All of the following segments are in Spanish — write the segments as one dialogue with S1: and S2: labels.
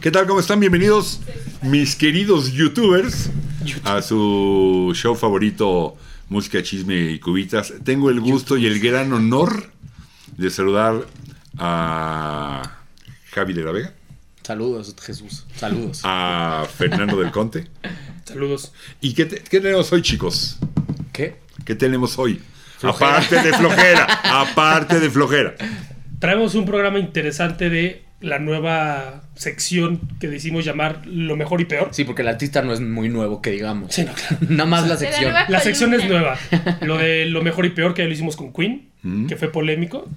S1: ¿Qué tal? ¿Cómo están? Bienvenidos, mis queridos youtubers, a su show favorito, Música, Chisme y Cubitas. Tengo el gusto y el gran honor de saludar a Javi de la Vega,
S2: Saludos, Jesús. Saludos.
S1: a Fernando del Conte.
S3: Saludos.
S1: ¿Y qué, te- qué tenemos hoy, chicos?
S2: ¿Qué?
S1: ¿Qué tenemos hoy? Aparte de flojera, aparte de flojera.
S3: Traemos un programa interesante de la nueva sección que decimos llamar Lo mejor y peor.
S2: Sí, porque el artista no es muy nuevo, que digamos.
S3: Sí, no, claro.
S2: Nada más la
S4: Se la
S2: sección.
S4: nueva-
S3: La sección es nueva.
S4: Columna.
S3: Lo de Lo mejor y peor que ya lo hicimos con Queen, que fue polémico.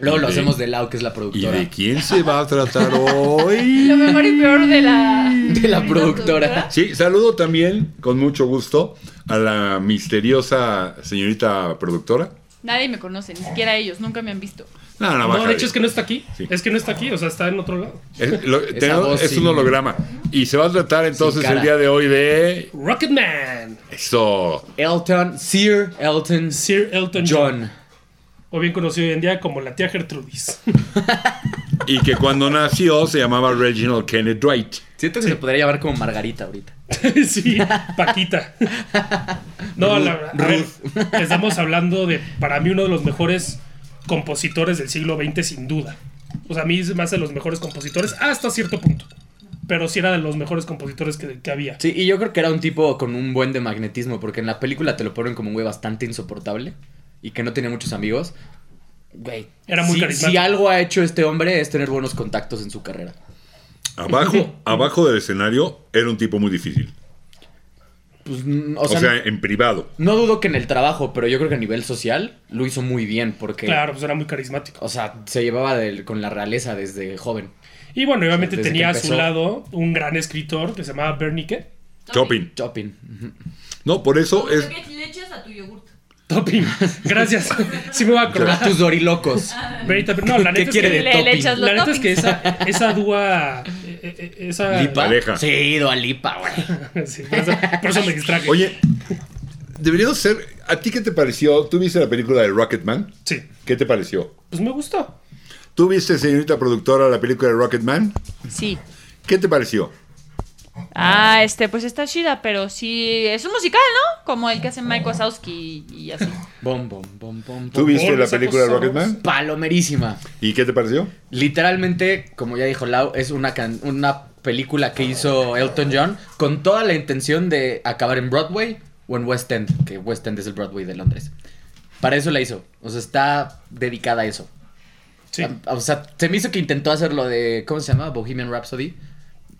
S2: Luego lo
S1: Y de-
S2: hacemos de Lau, que es la
S1: ¿Y
S2: productora.
S1: de quién se va a tratar hoy?
S4: Lo mejor y peor de la...
S2: De la productora.
S1: Sí, saludo también con mucho gusto a la misteriosa señorita productora.
S4: Nadie me conoce, ni siquiera ellos, nunca me han visto.
S1: No, no,
S3: No,
S1: Ah, baja,
S3: de hecho es que no está aquí.
S1: Sí.
S3: Es que no está aquí, o sea, está en otro lado.
S1: es, lo-
S2: Esa
S1: tenemos-
S2: voz
S1: es
S2: sin-
S1: un holograma. Y se va a tratar entonces
S2: cara.
S1: el día de hoy de
S3: Rocketman.
S1: eso.
S2: Elton, Sir Elton
S3: Sir Elton John.
S2: John.
S3: O bien conocido hoy en día como la tía Gertrudis.
S1: Y que cuando nació se llamaba Reginald Kenneth Dwight.
S2: Siento que se podría llamar como Margarita ahorita.
S3: sí, Paquita. No, la verdad. a ver, estamos hablando de, para mí, uno de los mejores compositores del siglo XX, sin duda. O sea, a mí se me hace de los mejores compositores hasta cierto punto. Pero sí era de los mejores compositores que, que había.
S2: Sí, y yo creo que era un tipo con un buen de magnetismo, porque en la película te lo ponen como un güey bastante insoportable y que no tenía muchos amigos. Güey.
S3: Era muy
S2: si-
S3: carismático.
S2: Si algo ha hecho este hombre es tener buenos contactos en su carrera.
S1: Abajo, abajo del escenario era un tipo muy difícil.
S2: Pues, mm,
S1: O sea, en privado.
S2: No dudo que en el trabajo, pero yo creo que a nivel social lo hizo muy bien porque,
S3: Claro, pues era muy carismático.
S2: o sea, se llevaba del- con la realeza desde joven.
S3: Y bueno, obviamente
S2: Desde que
S3: tenía a su
S2: empezó.
S3: lado un gran escritor que se llamaba Bernicke.
S1: Chopin.
S2: Chopin. ujú.
S1: No, por eso es.
S4: le echas a tu yogur?
S3: Topping. Gracias. Sí me voy a acordar.
S2: A tus dorilocos.
S3: Berita, pero no, la
S2: ¿Qué
S3: neta es
S2: quiere
S3: que,
S2: de
S4: Le, le
S2: topping?
S4: echas los
S3: la neta es
S4: toppings.
S3: que esa, esa dúa... eh, eh, Esa...
S2: ¿Lipa?
S1: Aleja.
S2: Sí, Dualipa, güey.
S3: Sí, por, eso, por eso me distraje.
S1: Oye, deberíamos ser. ¿A ti qué te pareció? ¿Tú viste la película de Rocketman?
S3: Sí.
S1: ¿Qué te pareció?
S3: Pues me gustó.
S1: ¿Tú viste, señorita productora, la película de Rocketman?
S4: Sí.
S1: ¿Qué te pareció?
S4: Ah, este, pues está chida, pero sí, es un musical, ¿no? Como el que hace Mike Wazowski y así.
S2: Bom, bom, bom, bom,
S1: ¿Tú
S2: bom.
S1: viste la
S3: esa
S1: película de
S3: cosa
S1: Rocketman?
S2: Palomerísima.
S1: ¿Y qué te pareció?
S2: Literalmente, como ya dijo Lau, es una, can- una película que hizo Elton John con toda la intención de acabar en Broadway o en West End, que West End es el Broadway de Londres. Para eso la hizo. O sea, está dedicada a eso.
S3: Sí.
S2: Am- Ah, O sea, se me hizo que intentó hacer lo de. ¿Cómo se llama? Bohemian Rhapsody.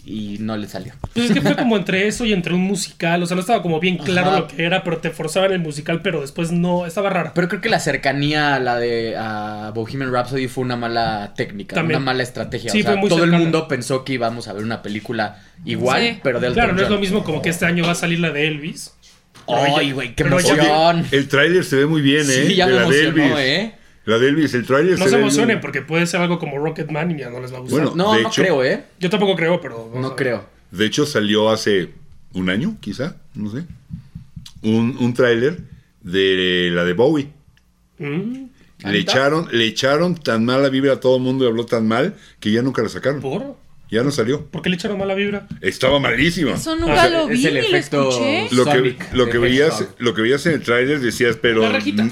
S2: Y no le salió.
S3: Pues es que fue como entre eso y entre un musical. O sea, no estaba como bien claro
S2: Ajá.
S3: lo que era, pero te forzaban el musical, pero después no. Estaba raro.
S2: Pero creo que la cercanía a la de a Bohemian Rhapsody fue una mala técnica,
S3: También.
S2: una mala estrategia.
S3: Sí,
S2: o sea,
S3: fue muy
S2: todo el
S3: cercana.
S2: mundo pensó que íbamos a ver una película igual,
S4: Sí.
S2: pero del
S3: Claro, no es lo mismo como que este año va a salir la de Elvis.
S2: ¡Ay, güey! ¡Qué
S3: Pero ya-
S2: emoción!
S1: El tráiler se ve muy bien, ¿eh?
S2: Sí, ya
S1: De
S2: me
S1: la de Elvis.
S2: emocionó, ¿eh?
S1: La de Elvis, el tráiler
S3: No
S1: se
S3: se
S1: ve
S3: emocionen
S1: muy-
S3: porque puede ser algo como Rocketman y ya no les va a gustar.
S1: Bueno.
S2: No,
S1: de
S2: no
S1: hecho-
S2: creo, ¿eh?
S3: Yo tampoco creo, pero. vamos a
S2: No
S3: ver.
S2: creo.
S1: De hecho, salió hace un año, quizá, no sé. Un, un tráiler de la de Bowie.
S3: Mm,
S1: Le
S2: Ahí está.
S1: echaron, le echaron tan mala vibra a todo el mundo y habló tan mal que ya nunca la sacaron.
S3: ¿Por?
S1: Ya no salió.
S3: ¿Por qué le echaron mala vibra?
S1: Estaba malísima.
S4: Eso nunca
S2: Ah,
S4: lo
S2: es
S4: vi
S2: el
S4: ni lo
S2: efecto-
S4: escuché.
S1: Lo que,
S2: Sonic
S1: lo,
S2: de
S1: que veías,
S2: Hedgehog.
S1: lo que veías en el tráiler decías, pero...
S3: La rajita.
S1: mm,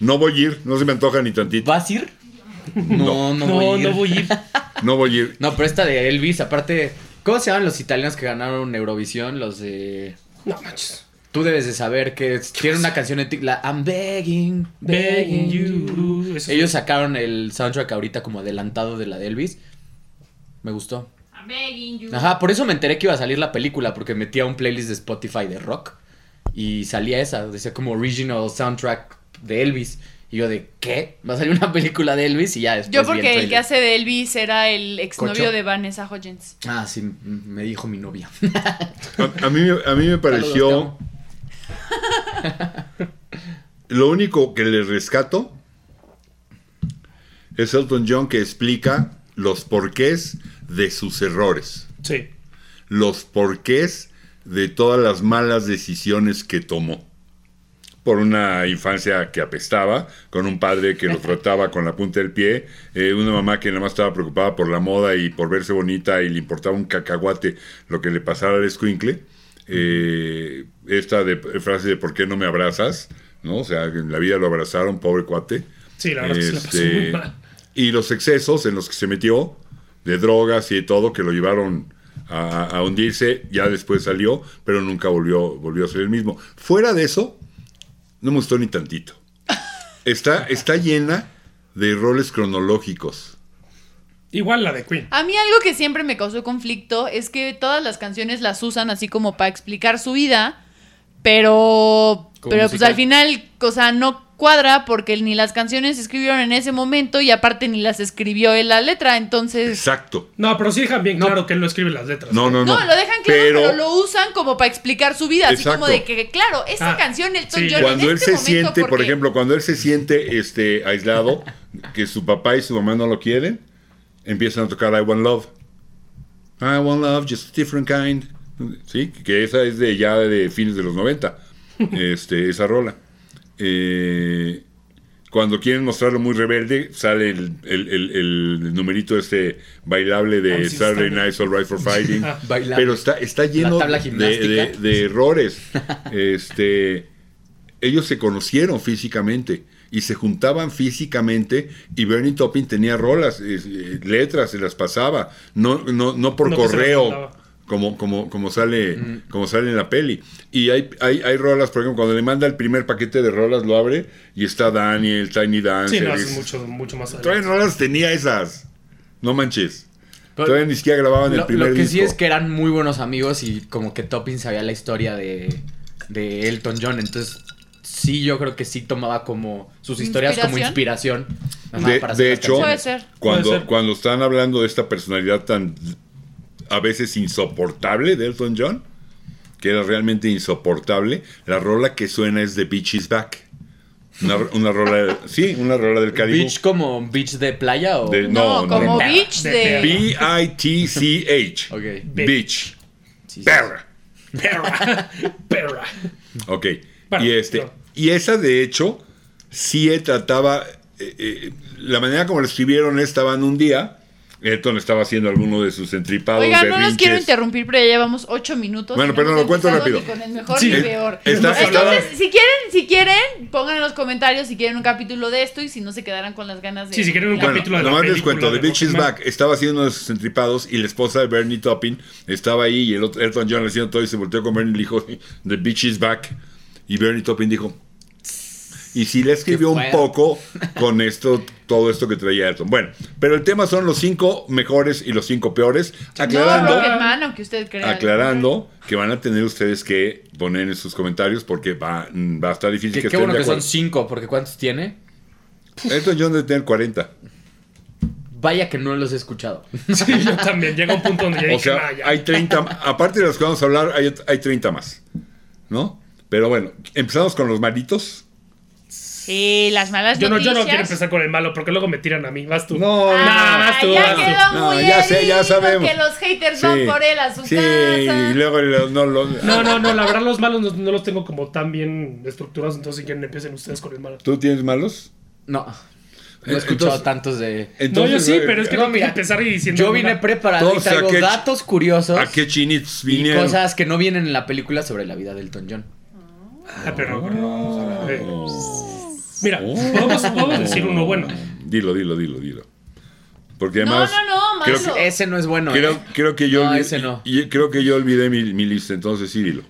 S1: No voy a ir, no se me antoja ni tantito.
S2: ¿Vas a ir? No, no,
S3: No,
S2: voy a ir.
S3: no voy a ir.
S1: No voy a ir.
S2: No, pero esta de Elvis, aparte, ¿cómo se llaman los italianos que ganaron Eurovisión? Los de.
S3: No manches.
S2: Tú debes de saber que es- tiene una canción en ti- la I'm begging,
S3: Begging
S2: begging you.
S3: you. Eso-
S2: Ellos sacaron el soundtrack ahorita como adelantado de la de Elvis. Me gustó.
S4: I'm begging you.
S2: Ajá, por eso me enteré que iba a salir la película, porque metía un playlist de Spotify de rock y salía esa, decía como original soundtrack de Elvis. Y yo de, ¿qué? Va a salir una película de Elvis y ya después
S4: Yo
S2: vi el
S4: porque el
S2: Pues trailer.
S4: que hace de Elvis era el exnovio
S2: Cocho.
S4: de Vanessa Hodgins.
S2: Ah, sí, m- me dijo mi novia.
S1: A, a mí, me- a mí me pareció...
S2: Saludos,
S1: Lo único que le rescato es Elton John que explica los porqués de sus errores.
S3: Sí.
S1: Los porqués de todas las malas decisiones que tomó. por una infancia que apestaba, con un padre que lo trataba con la punta del pie, eh, una mamá que nada más estaba preocupada por la moda y por verse bonita y le importaba un cacahuate lo que le pasara al escuincle. Eh, esta de, frase de ¿por qué no me abrazas? ¿no? O sea, en la vida lo abrazaron, pobre cuate.
S3: Sí, la verdad es que se la pasó
S1: Este,
S3: muy mal.
S1: Y los excesos en los que se metió, de drogas y de todo, que lo llevaron a, a hundirse, ya después salió, pero nunca volvió, volvió a ser el mismo. Fuera de eso, no me gustó ni tantito. Está, está llena de roles cronológicos.
S3: Igual la de Queen.
S4: A mí algo que siempre me causó conflicto es que todas las canciones las usan así como para explicar su vida, pero
S2: Como
S4: pero pues
S2: musical.
S4: al final, o sea, no cuadra porque ni las canciones se escribieron en ese momento y aparte ni las escribió él la letra, entonces
S1: Exacto.
S3: No, pero sí dejan bien
S2: No.
S3: claro que él no escribe las letras.
S1: No, no,
S4: no,
S1: no.
S4: lo dejan claro, pero, lo usan como para explicar su vida, así como
S1: Exacto.
S4: de que claro, esa
S3: Ah,
S4: canción Elton
S3: sí.
S4: John
S1: cuando
S4: en
S1: él
S4: este
S1: se
S4: momento
S1: siente, por
S4: porque-
S1: ejemplo, cuando él se siente este, aislado, que su papá y su mamá no lo quieren, empiezan a tocar I Want Love. I Want Love, just a different kind. Sí, que esa es de ya de fines de los 90, este, esa rola. Eh, cuando quieren mostrarlo muy rebelde, sale el, el- el- el numerito este bailable
S3: Ah,
S1: de
S3: sí, está
S1: Saturday
S3: bien.
S1: Night's All Right for Fighting.
S3: Ah,
S2: bailable.
S1: Pero está, está lleno
S2: La tabla
S1: de,
S2: gimnástica.
S1: de- de errores. Este, ellos se conocieron físicamente y se juntaban físicamente y Bernie Topping tenía rolas, eh, eh, letras, se las pasaba, no, no, no por
S3: No que se las
S1: correo.
S3: mandaba.
S1: Como, como, como sale
S2: Mm.
S1: como sale en la peli. Y hay, hay, hay rolas, por ejemplo, cuando le manda el primer paquete de rolas, lo abre y está Daniel, Tiny Dancer.
S3: Sí, no,
S1: es-
S3: es mucho, mucho más
S1: Todavía
S3: adelante.
S1: no las tenía esas. No manches.
S2: Pero-
S1: Todavía ni siquiera grababan el
S2: Lo,
S1: primer
S2: lo que
S1: disco.
S2: sí es que eran muy buenos amigos y como que Topping sabía la historia de, de Elton John, entonces sí, yo creo que sí tomaba como sus historias como inspiración. ajá,
S1: De,
S2: para hacer
S1: de
S2: las
S1: hecho,
S4: Puede
S2: canciones.
S4: ser.
S1: Cuando,
S3: Puede ser.
S1: cuando están hablando de esta personalidad tan a veces insoportable de Elton John, que era realmente insoportable, la rola que suena es de Beach is Back. Una, una rola, sí, una rola del Caribe.
S2: beach como beach de playa o
S1: De-
S4: No,
S1: no, no,
S4: como
S1: no.
S4: Beach
S3: De
S4: de,
S3: perra.
S1: B-I-T-C-H.
S2: Ok.
S1: Beach.
S2: sí, sí.
S1: Perra.
S3: Perra. Perra.
S1: Ok.
S3: Bueno,
S1: y, este,
S3: no.
S1: y esa, de hecho, sí trataba. eh, eh, la manera como lo escribieron estaban un día. Elton estaba haciendo alguno de sus entripados.
S4: Oiga, no los quiero
S1: berrinches.
S4: interrumpir, pero ya llevamos ocho minutos.
S1: Bueno,
S4: y
S1: pero
S4: hemos
S1: lo cuento
S4: empezado
S1: rápido.
S4: ni Con el mejor
S3: Sí.
S4: ni peor.
S1: Está-
S4: Entonces,
S1: está-
S4: si quieren, si quieren, pongan en los comentarios si quieren un capítulo de esto y si no se quedarán con las ganas de.
S3: Sí, si quieren un
S4: Claro.
S3: capítulo. de la
S1: nomás les
S3: película
S1: cuento,
S3: de
S1: The Bitch is
S3: Rocketman.
S1: Back estaba haciendo uno de sus entripados y la esposa de Bernie Topping estaba ahí y el otro, Elton John haciendo todo y se volteó con Bernie y le dijo, The Bitch is Back. Y Bernie Topping dijo, y sí le escribió un
S2: fuerte.
S1: poco con esto, todo esto que traía Elton. Bueno, pero el tema son los cinco mejores y los cinco peores,
S4: No,
S1: aclarando,
S4: Rocketman, aunque usted crea.
S1: aclarando que van a tener ustedes que poner en sus comentarios porque va, va a estar difícil
S2: Qué,
S1: que
S2: qué
S1: estén
S2: bueno
S1: de
S2: que son
S1: acuerdo.
S2: cinco, porque ¿cuántos tiene?
S1: Elton John debe tener 40.
S2: Vaya que no los he escuchado.
S3: Sí, yo también. Llega un punto donde ya
S1: O
S3: dije,
S1: sea,
S3: "Ah, ya".
S1: hay 30, aparte de los que vamos a hablar, hay, ot- hay 30 más, ¿no? Pero bueno, empezamos con los malitos.
S4: Sí, las malas
S3: Yo no, yo
S4: noticias.
S3: no quiero empezar con el malo porque luego me tiran a mí. Vas tú.
S1: No,
S3: Ah,
S4: Ah,
S3: vas tú,
S4: ya
S3: vas tú.
S4: quedó
S1: No,
S4: muy
S1: ya sé, ya
S4: herido
S1: sabemos.
S4: que los haters
S1: Sí.
S4: Pues van por él a su
S1: Sí,
S4: casa.
S1: y luego lo- no lo-
S3: No, no, no, la verdad los malos no, no los tengo como tan bien estructurados, entonces si quieren empiecen ustedes con el malo.
S1: ¿Tú tienes malos?
S2: No, no he
S1: Eh,
S2: escuchado
S1: entonces-
S2: tantos de...
S3: no, yo sí,
S1: eh,
S3: pero es que
S2: no,
S3: no,
S2: mira,
S3: quiero empezar y diciendo...
S2: Yo vine
S3: nada.
S2: preparado y
S1: Todos
S2: traigo
S1: a qué-
S2: datos curiosos
S1: ¿A qué chinitos
S2: y
S1: vinieron?
S2: cosas que no vienen en la película sobre la vida de Elton John.
S3: Ah, pero bueno, vamos a hablar de-
S1: Oh.
S3: Mira, podemos, podemos decir uno bueno.
S1: Dilo, dilo, dilo, dilo. Porque
S4: No,
S1: además...
S4: no, no,
S1: creo,
S4: malo.
S2: Ese no es bueno. ¿eh?
S1: creo- creo que yo...
S2: No,
S1: olvi-
S2: ese no.
S1: y- Creo que yo olvidé mi, mi lista, entonces sí, dilo.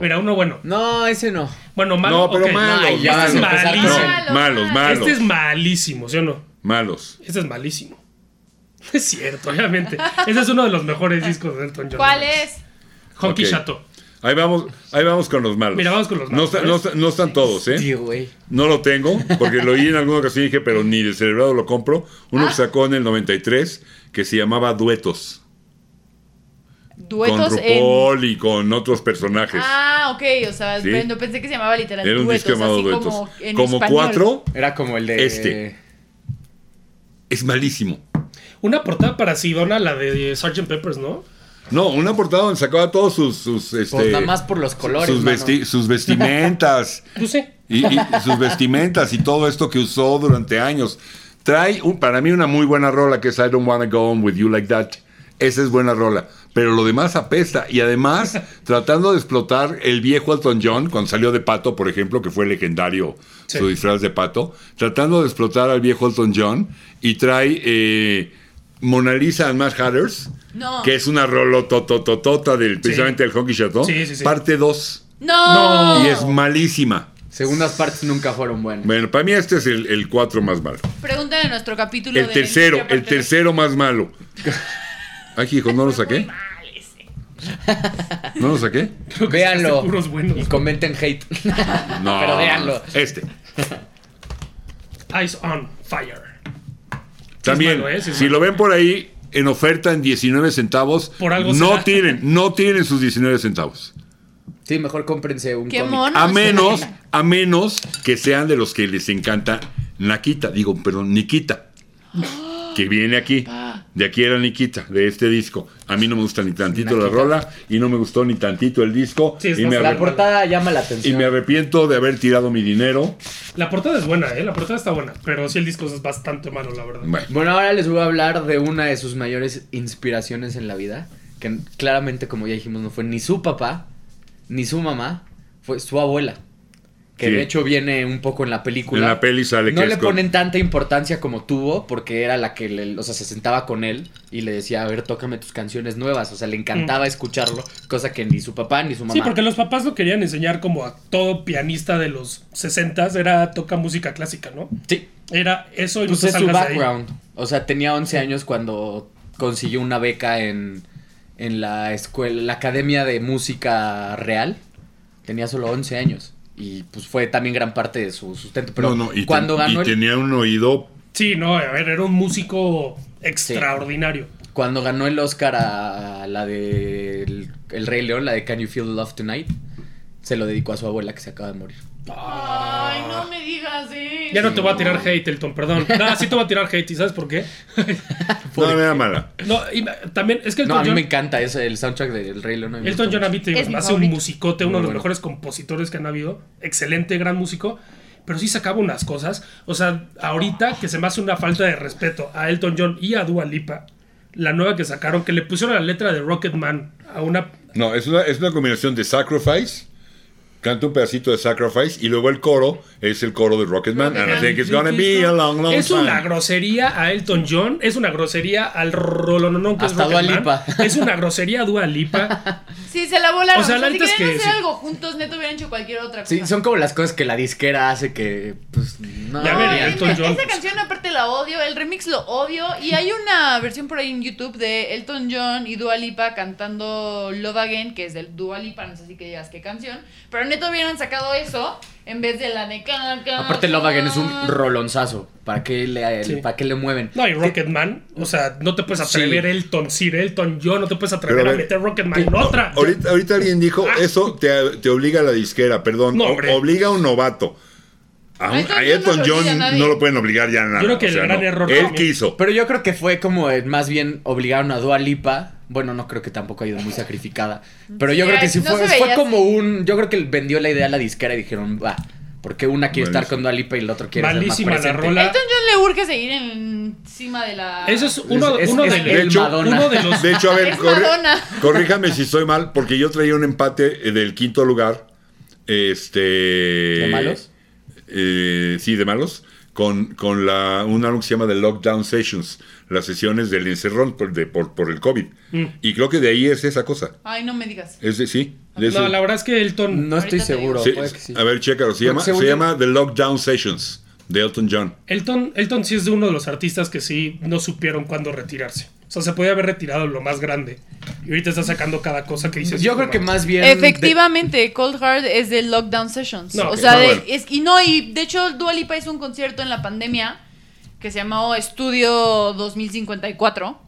S3: Mira, uno bueno.
S2: No, ese no.
S3: Bueno, malo.
S1: no, pero
S3: ok.
S1: malos,
S2: Ay, ya
S1: malos.
S2: vas a empezar
S1: No,
S3: con-
S4: Malos,
S1: malos, malos.
S3: Este es malísimo, ¿sí o no?
S1: Malos.
S3: Este es malísimo. Es cierto, obviamente. Ese es uno de los mejores discos de Elton John.
S4: ¿Cuál es?
S3: Honky
S1: Ok.
S3: Chato.
S1: Ahí vamos, ahí vamos con los malos.
S3: Mira, vamos con los
S1: No
S3: malos,
S1: está-
S3: ¿vale?
S1: No, está- no están todos, ¿eh?
S2: Tío, güey.
S1: No lo tengo, porque lo oí en alguna ocasión y dije, pero ni de celebrado lo compro. Uno
S4: Ah.
S1: que sacó en el 93, que se llamaba Duetos.
S4: Duetos
S1: con
S4: en.
S1: RuPaul y con otros personajes.
S4: Ah, ok, o sea,
S1: Sí.
S4: bueno, pensé que se llamaba literal
S1: Era un
S4: duetos,
S1: disco llamado
S4: así
S1: Duetos.
S4: como en
S1: Como
S4: español.
S1: cuatro,
S2: Era como el de...
S1: Este. es malísimo.
S3: Una portada para Sidona, la de Sgt. Peppers, ¿no?
S1: No, una portada donde sacaba todos sus. sus este,
S2: Pues nada más por los colores.
S1: sus,
S2: mano.
S1: vesti- sus vestimentas.
S3: Pues sí.
S1: y, y sus vestimentas y todo esto que usó durante años. Trae un- para mí una muy buena rola que es I Don't Wanna Go On With You Like That. Esa es buena rola. Pero lo demás apesta. Y además, tratando de explotar el viejo Elton John, cuando salió de Pato, por ejemplo, que fue legendario
S3: Sí.
S1: su disfraz de Pato, tratando de explotar al viejo Elton John y trae eh, Mona Lisa and Mad Hatters,
S3: Ah.
S4: No.
S1: que es una rola totototota del, precisamente del Hockey Chateau,
S3: Sí, sí, Oh. sí.
S1: parte 2,
S4: No.
S1: y es malísima.
S2: Segundas partes nunca fueron buenas.
S1: Bueno, para mí este es el, el cuatro más malo.
S4: Pregúntale en nuestro capítulo.
S1: El
S4: de-
S1: tercero,
S4: aparte
S1: el
S4: de-
S1: tercero más malo. Ay, hijo, ¿no lo saqué?
S4: este.
S1: ¿No lo saqué?
S2: Véanlo.
S3: sacaste puros buenos.
S2: Y comenten hate.
S1: No.
S2: Pero véanlo.
S1: Este.
S3: Eyes on Fire.
S1: También,
S3: malo, ¿eh? Sí es
S1: si
S3: malo.
S1: lo ven por ahí en oferta en 19 centavos,
S3: Por algo
S1: no
S3: será.
S1: tienen, no tienen sus 19 centavos.
S2: Sí, mejor cómprense un
S4: Qué
S2: cómic.
S4: mono.
S1: A menos, a menos que sean de los que les encanta Nakita, digo, perdón, Nikita. Que viene aquí. De aquí era Nikita, de este disco. A mí no me gusta ni tantito la rola y no me gustó ni tantito el disco.
S3: Sí, es
S1: y, me
S3: nuestra
S1: arrep-
S2: La portada llama la
S1: y
S2: atención.
S1: me arrepiento de haber tirado mi dinero.
S3: La portada es buena, ¿eh? La portada está buena. Pero sí, el disco es bastante malo, la verdad.
S1: Bueno,
S2: Bueno, ahora les voy a hablar de una de sus mayores inspiraciones en la vida, que claramente, como ya dijimos, no fue ni su papá, ni su mamá, fue su abuela. Que
S1: Sí.
S2: de hecho viene un poco en la película.
S1: En la peli sale
S2: No
S1: que
S2: le
S1: es con-
S2: ponen tanta importancia como tuvo, porque era la que, le- o sea, se sentaba con él y le decía, a ver, tócame tus canciones nuevas. O sea, le encantaba escucharlo, cosa que ni su papá ni su mamá.
S3: Mm. Sí, porque los papás lo querían enseñar como a todo pianista de los 60s. Era toca música clásica, ¿no?
S2: Sí,
S3: Era eso y
S2: Pues
S3: no te
S2: es su
S3: salgas de ahí.
S2: background. O sea, tenía 11 años cuando consiguió una beca en, en la escuela, la Academia de Música Real. Tenía solo 11 años. Y pues fue también gran parte de su sustento. Pero
S1: no, no, y,
S2: cuando
S1: ten- y
S2: ganó el-
S1: tenía un oído.
S3: Sí, no, a ver, era un músico extraordinario.
S2: cuando ganó el Oscar a la de El, El Rey León, la de Can You Feel the Love Tonight, se lo dedicó a su abuela que se acaba de morir.
S4: Ay, no me digas eso.
S3: Ya no te voy a tirar hate, Elton, perdón. No, sí te voy a tirar hate, ¿y sabes por qué?
S1: No, no era mala.
S3: No, y me- también es que
S2: No,
S3: Elton
S2: a mí
S3: John,
S2: me encanta ese, el soundtrack de El Rey León. a mí me
S3: Elton
S2: gusta
S3: John a
S2: mucho.
S3: mí te digo,
S4: Es mi
S3: hace un
S4: favorito.
S3: musicote,
S2: Muy
S3: uno de los
S2: bueno.
S3: mejores compositores que han habido. Excelente, gran músico. Pero sí sacaba unas cosas. O sea, ahorita que se me hace una falta de respeto a Elton John y a Dua Lipa, la nueva que sacaron, que le pusieron la letra de Rocketman a una.
S1: No, es una, es una combinación de Sacrifice. Canta un pedacito de Sacrifice y luego el coro es el coro de Rocketman. And I think it's gonna be a long, long
S3: es
S1: time.
S3: una grosería a Elton John, es una grosería al Rolononón que es
S2: Hasta Dua
S3: Rocketman,
S2: Lipa.
S3: Es una grosería a Dua Lipa.
S4: Sí, se la volaron.
S3: O sea, la
S4: si
S3: neta es
S4: querían
S3: que
S4: hacer
S3: sí.
S4: algo juntos, neto hubieran hecho cualquier otra cosa.
S2: Sí, son como las cosas que la disquera hace que, pues, no.
S3: Ya
S4: No,
S3: ver,
S4: esa-
S3: Elton John,
S4: Esa
S3: pues.
S4: canción aparte la odio, el remix lo odio y hay una versión por ahí en YouTube de Elton John y Dua Lipa cantando Love Again, que es del Dua Lipa, no sé si que digas qué canción, pero neto hubieran sacado eso en vez de la de can, can,
S2: Aparte Love Again es un
S4: can.
S2: rolonzazo. ¿Para qué le,
S3: Sí.
S2: ¿para qué le mueven?
S3: No, y Rocketman, o sea, no te puedes atrever
S2: Sí.
S3: Elton, Sir Elton John, no te puedes atrever
S1: Pero a
S3: a,
S1: ver,
S3: meter Rocketman en otra.
S1: Ahorita, ahorita alguien dijo, eso te, te obliga a la disquera, perdón,
S3: Ah. No,
S1: o-
S3: hombre.
S1: obliga a un novato. A, un-
S4: A Elton
S1: a Elton
S4: John no lo
S1: John
S4: obliga nadie.
S1: no lo pueden obligar ya a nada.
S3: creo que el gran error
S1: Él
S3: también.
S1: quiso.
S2: Pero yo creo que fue como eh, más bien obligaron a Dua Lipa. Bueno, no creo que tampoco ha ido muy sacrificada. Pero yo
S4: Sí,
S2: creo que
S4: ay,
S2: sí
S4: no
S2: fue,
S4: se
S2: fue
S4: veía
S2: como un... Yo creo que vendió la idea a la disquera y dijeron, va, porque una quiere estar
S1: Malísimo.
S2: con Dua Lipa y el otro quiere
S3: Malísima la
S2: ser más presente?
S3: rola.
S4: Elton John le urge seguir encima de la...
S3: Eso es uno,
S2: Es-
S3: uno
S2: es-
S3: de,
S2: de hecho-
S3: uno de los.
S1: De hecho, a ver,
S4: Es Madonna.
S1: corríjame si estoy mal, porque yo traía un empate eh, del quinto lugar. Este. ¿De
S2: malos?
S1: sí, de malos. Con, con la, un álbum que se llama The Lockdown Sessions, las sesiones del encerrón por, de- por, por el COVID. Y creo que de ahí es esa cosa.
S4: Ay, no me digas.
S1: Es de, sí. de ese-
S3: no, la verdad es que Elton.
S2: No estoy
S4: Ahorita te
S2: seguro.
S1: Sí,
S2: puede que sí.
S1: A ver, chécalo. Se,
S2: Porque
S1: llama, se
S2: según yo-
S1: llama The Lockdown Sessions de Elton John.
S3: Elton, Elton sí es de uno de los artistas que sí no supieron cuándo retirarse. O sea, se podía haber retirado lo más grande. Y ahorita está sacando cada cosa que dices.
S2: Yo
S3: no
S2: creo que
S3: mames.
S2: más bien... de-
S4: Efectivamente, Cold Hard es de Lockdown Sessions.
S3: No,
S4: o
S3: ok.
S4: sea,
S1: Ah,
S4: de-
S1: bueno.
S4: es, y no, y de hecho Dua Lipa hizo un concierto en la pandemia que se llamó Estudio 2054.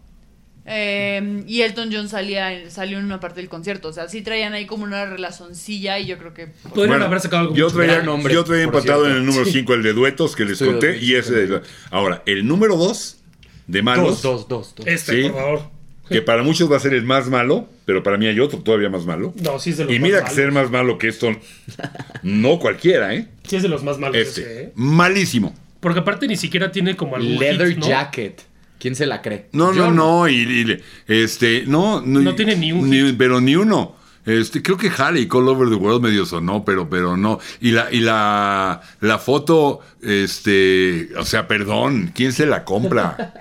S4: eh, y Elton John salía, salió en una parte del concierto. O sea, sí traían ahí como una relacioncilla y yo creo que...
S3: Podrían haber sacado algo
S1: yo
S3: mucho
S1: traía,
S2: gran nombre,
S1: yo traía
S2: por
S1: empatado en
S2: cierto.
S1: el número
S2: Sí.
S1: 5 el de duetos que les
S2: Estudio
S1: conté y ese de-
S2: 2054.
S1: ahora el número 2 de malos
S2: Dos, dos, dos. dos.
S3: Este,
S1: Sí.
S3: por favor.
S1: que para muchos va a ser el más malo Pero para mí hay otro todavía más malo.
S3: No, sí es de los
S1: Y
S3: más
S1: mira que
S3: malos.
S1: ser más malo que esto, no cualquiera, ¿eh?
S3: Sí es de los más malos. ese,
S1: Este,
S3: ¿eh?
S1: malísimo.
S3: Porque aparte ni siquiera tiene como algún
S2: Leather
S3: hit, ¿no?
S2: Jacket. ¿Quién se la cree?
S1: No,
S2: Yo
S1: no, no, y, y le- este, no,
S3: No tiene ni un hit.
S1: pero ni uno. Este, creo que Harry All Over the World medio sonó, pero, pero no. Y la, y la, la foto, este, o sea, perdón, ¿quién se la compra?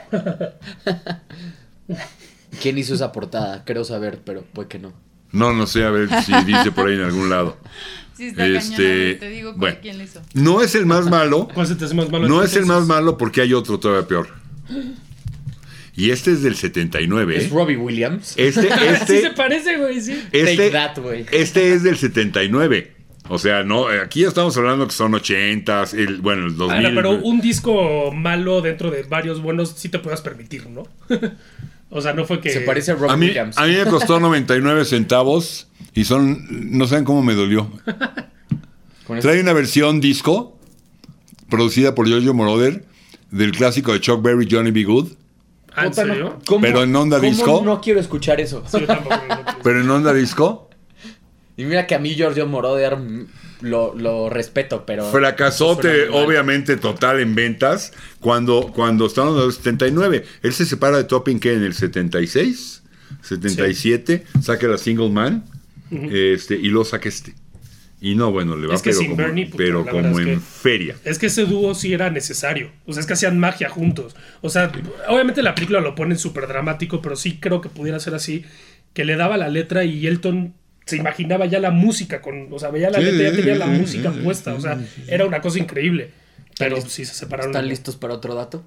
S2: ¿Quién hizo esa portada? Creo saber, pero puede que no.
S1: No, no sé, a ver si dice por ahí en algún lado.
S4: Sí, está
S1: Este,
S4: cañón. Te digo cu-
S1: bueno.
S4: quién le hizo.
S1: No es el más malo,
S3: ¿Cuál se te hace más malo?
S1: no es
S3: entonces?
S1: el más malo porque hay otro todavía peor. Y este es del 79,
S2: ¿Es
S1: ¿eh?
S2: Robbie Williams?
S1: Este,
S3: Sí se
S1: este,
S3: parece, güey, sí.
S2: Take
S1: este,
S2: that, güey.
S1: Este es del 79. O sea, no, eh, aquí ya estamos hablando que son 80, el, bueno, el 2000.
S3: Ahora, Ah, pero un disco malo dentro de varios buenos sí te puedas permitir, ¿no? o sea, no fue que...
S2: Se parece a Robbie
S1: a, mí,
S2: Williams.
S1: a mí me costó 99 centavos y son, no saben cómo me dolió.
S2: Con eso-
S1: Trae una versión disco producida por Giorgio Moroder del clásico de Chuck Berry, Johnny B. Good,
S3: Ah, ¿en
S2: Puta, no-
S3: serio?
S2: ¿Cómo-
S1: Pero en onda
S2: cómo
S1: disco.
S2: No quiero escuchar eso.
S3: Sí, yo tampoco, no, no.
S1: pero en onda disco.
S2: Y mira que a mí Giorgio Moroder mm, lo, lo respeto, pero.
S1: Fracasote,
S2: Suena muy mal.
S1: obviamente, total en ventas. Cuando, cuando estamos en el 79, él se separa de Topping que en el 76, 77, saca la Single Man este, y lo saca este. Y no, bueno, le va
S3: Es que
S1: pero
S3: sin
S1: como,
S3: Bernie, puta,
S1: pero
S3: la
S1: como
S3: verdad es
S1: en
S3: que-
S1: feria.
S3: Es que ese dúo sí era necesario. O sea, es que hacían magia juntos. O sea, obviamente la película lo ponen súper dramático, pero sí creo que pudiera ser así. Que le daba la letra y Elton se imaginaba ya la música. Con, o sea, veía la
S1: Sí,
S3: letra y ya tenía la
S1: sí, sí,
S3: música
S1: sí,
S3: puesta. O sea, era una cosa increíble. Pero
S2: listos?
S3: sí se separaron.
S2: ¿Están listos para otro dato?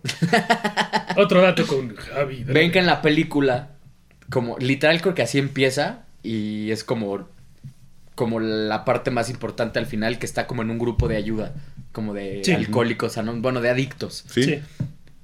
S3: Otro dato con Javi.
S2: Ven que en la película, como literal creo que así empieza y es como como la parte más importante al final que está como en un grupo de ayuda, como de
S3: Sí.
S2: alcohólicos, anon- bueno, de adictos.
S1: ¿sí?
S3: Sí.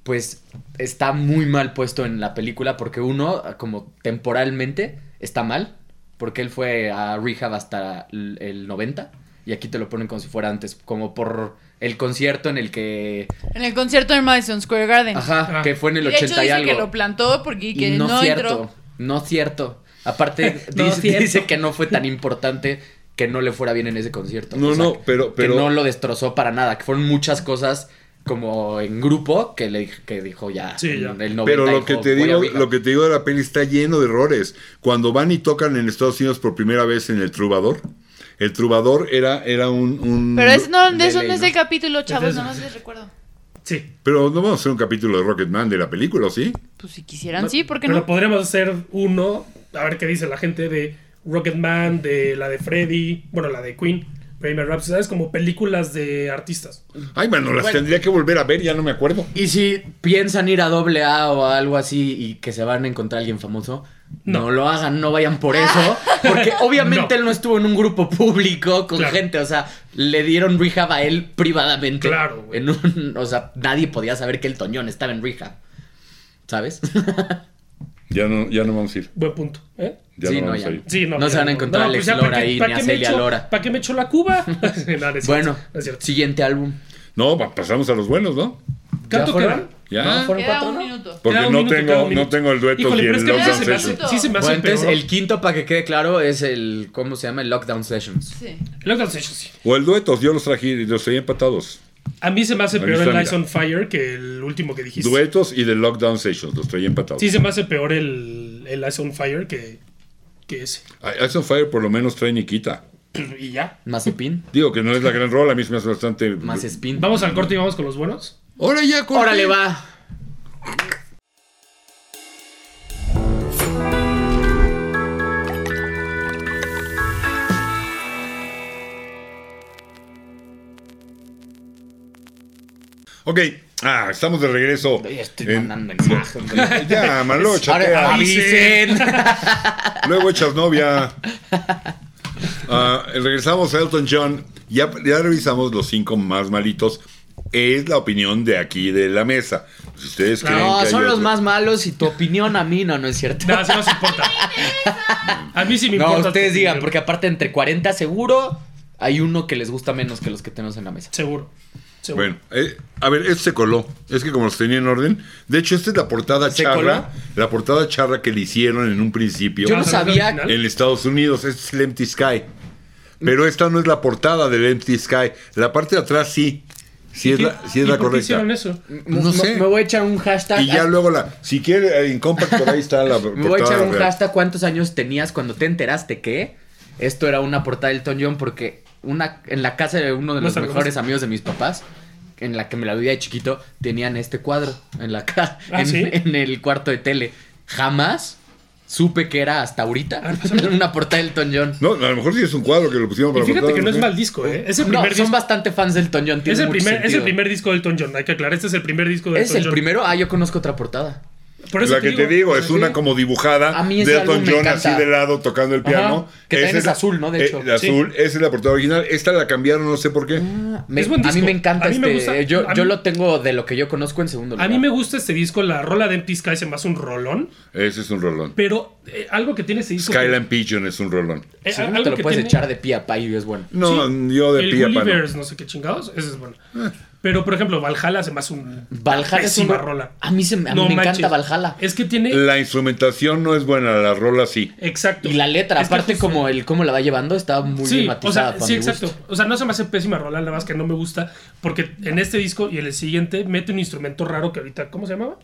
S2: Pues está muy mal puesto en la película porque uno como temporalmente está mal porque él fue a rehab hasta el el 90 y aquí te lo ponen como si fuera antes, como por el concierto en el que
S4: En el concierto en Madison Square Garden.
S2: ajá,
S3: Ah.
S2: que fue en el
S4: Y de
S2: 80
S4: hecho
S2: y
S4: dice
S2: algo.
S4: que lo plantó porque que
S2: Y
S4: no,
S2: no, cierto,
S4: entró.
S2: no cierto. Aparte,
S3: No
S2: dice,
S3: cierto.
S2: dice que no fue tan importante que no le fuera bien en ese concierto.
S1: No, no, pero- pero-
S2: Que no lo destrozó para nada, que fueron muchas cosas como en grupo que le que dijo ya.
S3: Sí, ya.
S2: en el 90
S1: Pero lo
S2: dijo,
S1: que, te
S2: "Voy a
S1: digo,
S2: Riga".
S1: lo que te digo de la peli está lleno de errores. Cuando van y tocan en Estados Unidos por primera vez en el Trubador, el Trubador era, era un, un-
S4: Pero es, no, de
S2: Mm, de
S4: eso
S2: ley,
S4: no es
S2: ¿no?
S4: el capítulo, chavos,
S3: Entonces-
S4: nomás les recuerdo.
S3: Sí.
S1: Pero no vamos a hacer un capítulo de Rocketman de la película, ¿o ¿sí?
S4: Pues si quisieran, sí, ¿por qué
S3: Pero
S4: no?
S3: podríamos hacer uno, a ver qué dice la gente de Rocketman, de la de Freddy, bueno, la de Queen, Premier Raps, ¿sabes? Como películas de artistas.
S1: Ay, bueno, las
S2: Bueno.
S1: tendría que volver a ver, ya no me acuerdo.
S2: Y si piensan ir a doble A o a algo así y que se van a encontrar a alguien famoso, no. lo hagan, no vayan por eso. Porque obviamente
S3: Ah. No.
S2: él no estuvo en un grupo público con
S3: Claro.
S2: gente, o sea, le dieron rehab a él privadamente.
S3: Claro, güey.
S2: En un- o sea, nadie podía saber que el Toñón estaba en rehab. ¿Sabes?
S1: Ya no, ya no vamos a ir.
S3: Buen punto, ¿eh?
S1: Ya
S2: Sí,
S1: no
S2: no,
S1: vamos
S2: ya
S1: a ir.
S3: Sí, no, pues
S2: No se van a encontrar a Alex Lora ahí, ni a Celia Lora.
S3: ¿Para qué me echó la Cuba? No, no es cierto,
S2: bueno,
S3: no es cierto.
S2: siguiente álbum.
S1: No, pa- pasamos a los buenos, ¿no?
S3: ¿Canto
S2: ¿Ya fueron?
S3: quedan?
S1: Ya.
S2: ¿No fueron
S4: Queda
S2: cuatro,
S4: un
S2: no?
S4: minuto.
S1: Porque
S3: Queda un
S1: no
S3: minuto,
S1: tengo,
S3: queda un
S1: no
S3: minuto.
S1: tengo el dueto
S3: Híjole,
S1: y el
S3: pero es que a mí
S1: lockdown
S3: se me hace-
S1: session.
S3: sí se me hace
S2: Bueno, entonces,
S3: peor.
S2: el quinto, para que quede claro, es el. ¿Cómo se llama? El Lockdown Sessions.
S4: Sí.
S3: El Lockdown Session, sí.
S1: O el dueto, yo los traje y los traía empatados.
S3: A mí se me hace
S1: Ahí
S3: peor
S1: está,
S3: el Lights
S1: mira.
S3: on Fire que el último que dijiste.
S1: Duetos y de lockdown sessions, los traía empatados.
S3: Sí se me hace peor el, el Lights on Fire que, que ese.
S1: I- Ice on Fire por lo menos trae Nikita.
S3: Y ya.
S2: Mazepin.
S1: Digo que no es la gran rola, a mí se me hace bastante.
S2: Más Spin.
S3: Vamos al corte y vamos con los buenos.
S1: Ahora ya, corte.
S2: Órale, va.
S1: Ok, ah, estamos de regreso.
S2: Estoy
S1: en-
S2: mandando mensajes. güey.
S1: Ya, malo, chatea.
S2: Ahora avisen.
S1: Luego echas novia. Ah, regresamos a Elton John. Ya, ya revisamos los cinco más malitos. Es la opinión de aquí de la mesa. Si ustedes creen que
S2: No,
S1: hay
S2: son los
S1: otro-
S2: más malos y tu opinión a mí no, no es cierto.
S3: Nada, sí nos importa. A mí sí me
S2: No,
S3: importa.
S2: ustedes
S3: tu
S2: digan,
S3: opinión.
S2: porque aparte entre 40 seguro hay uno que les gusta menos que los que tenemos en la mesa.
S3: Seguro. seguro.
S1: Bueno, eh, a ver, este se coló. Es que como los tenía en orden. De hecho, esta es la portada
S2: ¿Se coló?
S1: charra. La portada charra que le hicieron en un principio
S2: Yo no
S3: Ah, ¿salió
S2: sabía-
S3: al final?
S1: en Estados Unidos. Este es el Empty Sky. Pero esta no es la portada del Empty Sky. La parte de atrás sí. Sí es
S3: ¿Qué-
S1: la, sí es
S3: y
S1: la
S3: por qué
S1: correcta.
S3: hicieron eso?
S1: No
S2: Me-
S1: sé.
S2: Me voy a echar un hashtag.
S1: Y ya luego la. Si quiere, eh, en Compact por ahí está la portada.
S2: Me voy a echar un
S1: real.
S2: hashtag cuántos años tenías cuando te enteraste que esto era una portada del Elton John porque una en la casa de uno de
S3: No
S2: los
S3: sabe, no
S2: mejores
S3: sabe.
S2: amigos de mis papás en la que me la vivía de chiquito tenían este cuadro en la ca-
S3: Ah,
S2: en,
S3: ¿sí?
S2: en el cuarto de tele. Jamás supe que era hasta ahorita
S3: Ah, pásamelo.
S2: una portada del Elton John.
S1: No, a lo mejor sí es un cuadro que lo pusieron
S3: Y
S1: para
S3: fíjate
S1: portada,
S3: que no es
S1: sé.
S3: mal disco, ¿eh? Es el
S2: No,
S3: primer
S2: son
S3: disco.
S2: bastante fans del Elton John.
S3: Es
S2: tiene
S3: el,
S2: mucho
S3: primer, es el
S2: sentido.
S3: primer disco de Elton John, hay que aclarar. Este es el primer disco de
S2: ¿Es
S3: Elton
S2: el
S3: John.
S2: primero? Ah, yo conozco otra portada.
S3: Por eso
S1: la que te digo es
S3: Sí.
S1: una como dibujada
S2: A mí
S1: de
S2: ese álbum
S1: Elton
S2: me
S1: John
S2: encanta.
S1: así de lado tocando el
S2: Ajá,
S1: piano.
S2: que también
S1: Esa
S2: es azul, ¿no? De
S1: eh,
S2: hecho.
S1: la
S3: Sí.
S1: azul, esa es la portada original. Esta la cambiaron, no sé por qué.
S2: Me-
S3: Es buen
S2: a mí
S3: disco.
S2: me encanta
S3: A mí me
S2: este.
S3: gusta-
S2: yo
S3: a
S2: yo
S3: mí-
S2: lo tengo de lo que yo conozco en segundo
S3: A
S2: lugar.
S3: mí me gusta este disco, la rola de Empty Sky se me hace un rolón,
S1: Ese es un rolón.
S3: pero eh, algo que tiene ese disco...
S1: Skyline Pigeon es un rolón.
S3: eh,
S2: Sí,
S3: algo
S2: te lo
S3: que
S2: puedes
S3: tiene-
S2: echar de pie a pie y es bueno.
S1: No,
S3: Sí,
S1: yo de
S3: el
S1: pie a pano.
S3: Gulliver's, no sé qué chingados, ese es bueno. Pero, por ejemplo, Valhalla se me hace un...
S2: Valhalla es un-
S3: pésima rola.
S2: A mí se me- a mí me encanta Valhalla.
S3: Es que tiene...
S1: La instrumentación no es buena, la rola sí.
S3: Exacto.
S2: Y la letra,
S3: Es que
S2: aparte
S3: justo-
S2: como el cómo la va llevando, está muy bien
S3: Sí, o
S2: matizada
S3: sea,
S2: para
S3: sí,
S2: mi gusto.
S3: exacto. O sea, no se me hace pésima rola, la verdad es que no me gusta, porque en este disco y en el siguiente mete un instrumento raro que ahorita, ¿cómo se llamaba?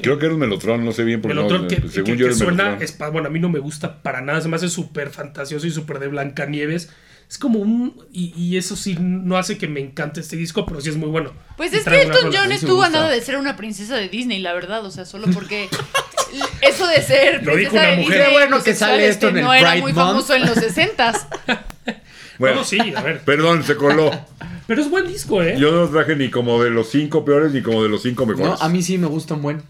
S1: Creo que era un melotron, no sé bien por
S3: el otro que,
S1: eh, según
S3: que-
S1: yo
S3: que
S1: era un
S3: suena,
S1: melotron.
S3: es pa- bueno, a mí no me gusta para nada, se me hace súper fantasioso y súper de Blancanieves. Es como un... Y, y eso sí, no hace que me encante este disco, pero sí es muy bueno.
S4: Pues
S3: Y
S4: es
S3: trae
S4: que
S3: buenas
S4: Elton
S3: rolas.
S4: John
S2: sí me
S4: estuvo a
S2: gusta.
S4: nada de ser una princesa de Disney, la verdad. O sea, solo porque eso de ser
S3: Lo dijo
S4: princesa
S3: una
S4: de
S3: mujer.
S4: Disney.
S2: Qué bueno que
S4: homosexual, este,
S2: sale esto en el
S4: no era
S2: Pride
S4: muy
S2: Month.
S4: famoso en los 60
S1: Bueno,
S3: No, sí, a ver.
S1: perdón, se coló.
S3: Pero es buen disco, ¿eh?
S1: Yo no lo traje ni como de los cinco peores ni como de los cinco
S2: No,
S1: mejores.
S2: a mí sí me gusta un buen.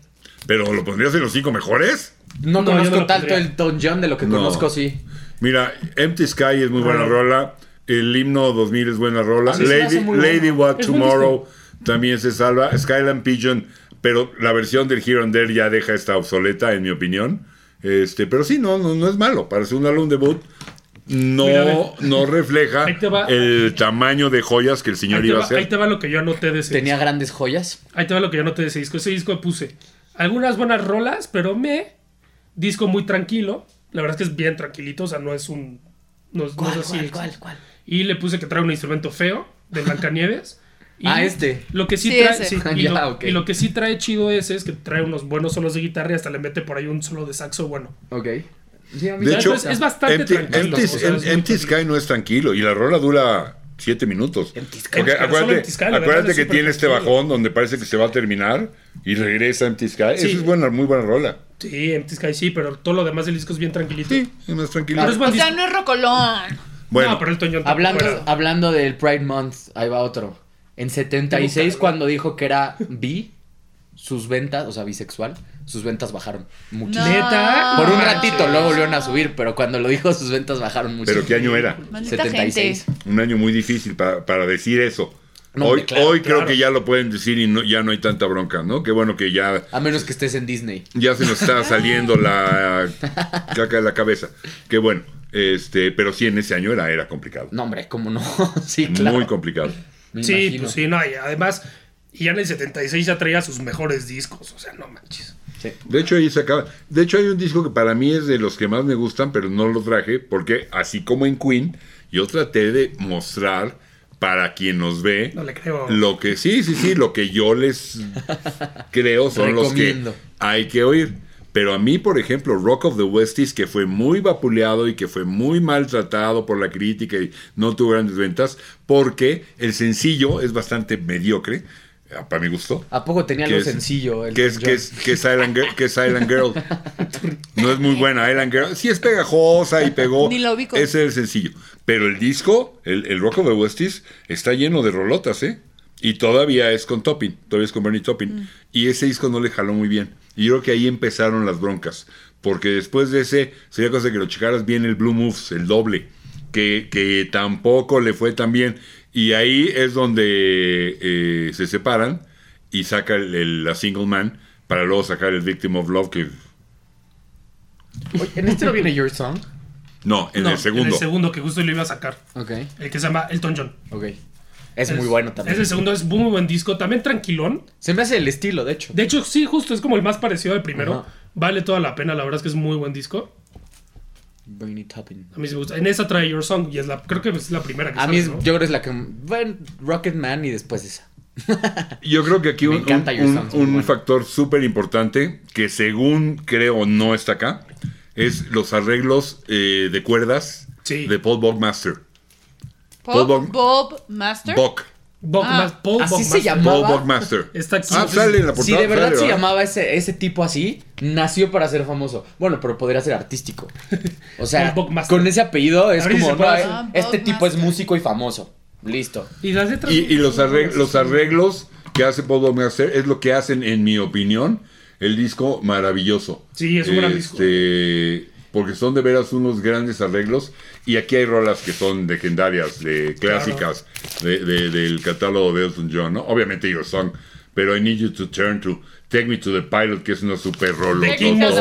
S1: Pero lo pondrías en los cinco mejores.
S2: No,
S3: No, yo
S2: conozco
S3: no lo
S2: tanto
S3: pondría.
S2: el Don John de lo que
S1: No.
S2: conozco, sí.
S1: Mira, Empty Sky es muy buena
S3: Rolón.
S1: rola. El himno 2000 es buena rola.
S2: Sí, se me hace
S1: Lady,
S2: muy bueno.
S1: Lady What
S3: Es buen
S1: Tomorrow también se salva. Skyland Pigeon, pero la versión del Here and There ya deja esta obsoleta, en mi opinión. Este, pero sí, no, no, no es malo. Para ser un álbum debut, no,
S3: Mira, a ver.
S1: no refleja
S3: Ahí te va.
S1: el tamaño de joyas que el señor
S3: Ahí te,
S1: iba a
S3: va, ahí
S1: hacer.
S3: te va lo que yo anoté de ese
S2: Tenía
S3: disco.
S2: grandes joyas.
S3: Ahí te va lo que yo anoté de ese disco. Ese disco puse algunas buenas rolas, pero me... Disco muy tranquilo. La verdad es que es bien tranquilito, o sea, no es un... No, es- no es así. Y le puse que trae un instrumento feo de Blancanieves. Y
S2: Ah, este.
S3: Lo que sí,
S4: Sí,
S3: trae.
S4: ese.
S3: sí, y, lo,
S2: Ya, ok.
S3: y lo que sí trae chido ese es que trae unos buenos solos de guitarra y hasta le mete por ahí un solo de saxo bueno.
S2: Ok. Sí, a mí
S1: De
S2: sí me
S1: hecho,
S2: gusta.
S3: es bastante
S1: Empty,
S3: tranquilo,
S1: Empty-
S3: o sea, es muy
S1: Empty
S3: tranquilo.
S1: Sky no es tranquilo y la rola dura siete minutos.
S2: Empty Sky.
S1: Porque
S3: Pero solo
S1: acuérdate
S3: Empty Sky, la
S1: acuérdate
S3: verdad, es
S1: que
S3: súper
S1: tiene este
S3: tranquilo.
S1: bajón donde parece que se va a terminar y regresa Empty Sky.
S3: Sí.
S1: Esa es buena, muy buena rola.
S3: Sí, Empty Sky sí, pero todo lo demás del disco es bien tranquilito.
S1: Sí, es más tranquilo.
S3: Pero es buen
S4: O sea,
S3: disco.
S4: no es rocolón.
S1: bueno,
S3: No, pero el Toñón
S2: Hablando,
S3: tampoco era-
S2: hablando del Pride Month, ahí va otro. En 76, cuando dijo que era bi, sus ventas, o sea, bisexual, sus ventas bajaron muchísimo.
S3: Neta,
S4: Ah.
S2: Por un
S3: No
S2: ratito luego volvieron a subir, pero cuando lo dijo, sus ventas bajaron muchísimo.
S1: pero ¿qué año era?
S4: Maldita
S2: 76.
S4: gente.
S1: Un año muy difícil para, para decir eso.
S2: No,
S1: hoy
S2: claro,
S1: hoy
S3: claro.
S1: creo que ya lo pueden decir y no- ya no hay tanta bronca, ¿no? Qué bueno que ya,
S2: A menos que estés en Disney.
S1: ya se nos está saliendo la caca de la cabeza. Qué bueno. Este, pero sí, en ese año era, era complicado.
S2: No, hombre, ¿cómo no? sí, claro.
S1: Muy complicado.
S2: Me
S3: Sí,
S2: imagino.
S3: pues sí, no, y además, y ya en el 76 ya traía sus mejores discos, o sea, no manches.
S2: Sí.
S1: De hecho, ahí se acaba. De hecho, hay un disco que para mí es de los que más me gustan, pero no lo traje, porque así como en Queen, yo traté de mostrar para quien nos ve
S3: No le creo.
S1: lo que sí, sí, sí, lo que yo les creo son los que
S2: Recomiendo.
S1: hay que oír. Pero a mí, por ejemplo, Rock of the Westies, que fue muy vapuleado y que fue muy maltratado por la crítica y no tuvo grandes ventas, porque el sencillo es bastante mediocre, eh, para mi gusto
S2: ¿A poco tenía
S1: que
S2: algo
S1: es-
S2: sencillo? el
S1: que es,
S2: John?
S1: que es, que es Island Girl, que es Island Girl. No es muy buena Island Girl. Sí es pegajosa y pegó.
S4: Ni la ubico.
S1: Ese es el sencillo. Pero el disco, el, el Rock of the Westies, está lleno de rolotas, ¿eh? Y todavía es con Topping, todavía es con Bernie Topping.
S4: Mm.
S1: Y ese disco no le jaló muy bien. Y yo creo que ahí empezaron las broncas. Porque después de ese, sería cosa que lo checaras bien el Blue Moves, el doble. Que, que tampoco le fue tan bien. Y ahí es donde eh, se separan y saca el, el- la Single Man para luego sacar el Victim of Love que
S2: Oye, ¿En este no viene Your Song?
S1: no en
S3: No,
S1: el segundo
S3: el segundo que justo lo iba a sacar.
S2: Ok,
S3: El que se llama Elton John.
S2: ok. Es muy bueno también.
S3: Ese segundo es muy buen disco, también tranquilón.
S2: Se me hace el estilo, de hecho.
S3: De hecho, sí, justo es como el más parecido al primero.
S2: Ajá.
S3: Vale toda la pena, la verdad es que es muy buen disco.
S2: Bring it up in-
S3: A mí sí me gusta. En esa trae Your Song y es la, creo que es la primera que
S2: A mí, es-
S3: sale, ¿no?
S2: yo creo que es la que. Bueno, Rocketman y después esa.
S1: Yo creo que aquí
S2: Me
S1: un,
S2: encanta
S1: un-
S2: Your
S1: un-
S2: Sounds, muy
S1: un
S2: bueno.
S1: factor súper importante que según creo no está acá es los arreglos eh, de cuerdas
S3: Sí.
S1: de Paul Buckmaster. Paul
S4: Bob,
S1: Bog-
S4: Bob Master.
S1: Buck.
S3: Buck
S4: Ah,
S3: Mas- Paul
S2: así
S3: Buck
S2: se
S3: Master.
S2: llama.
S1: Paul
S2: Amaba-
S1: Buckmaster.
S3: Está aquí.
S1: Ah, sale en la portada.
S2: Si de verdad
S1: sale,
S2: se llamaba ese, ese tipo así, nació para ser famoso. Bueno, pero podría ser artístico. O sea,
S3: Paul Buckmaster.
S2: con ese apellido es
S3: A ver si
S2: como,
S3: se puede
S2: no,
S3: hacer.
S2: eh, este
S4: Ah,
S2: tipo es
S4: Buckmaster.
S2: músico y famoso. Listo.
S3: Y las letras.
S1: Y, y los, arreg- los arreglos que hace Paul Buckmaster es lo que hacen, en mi opinión, el disco maravilloso.
S3: Sí, es un gran disco.
S1: Este, Porque son de veras unos grandes arreglos. Y aquí hay rolas que son legendarias, de clásicas, de- de- del catálogo de Elton John, ¿no? Obviamente Your Song, pero I Need You to Turn to, Take Me to the Pilot, que es una super rola.
S3: The King Must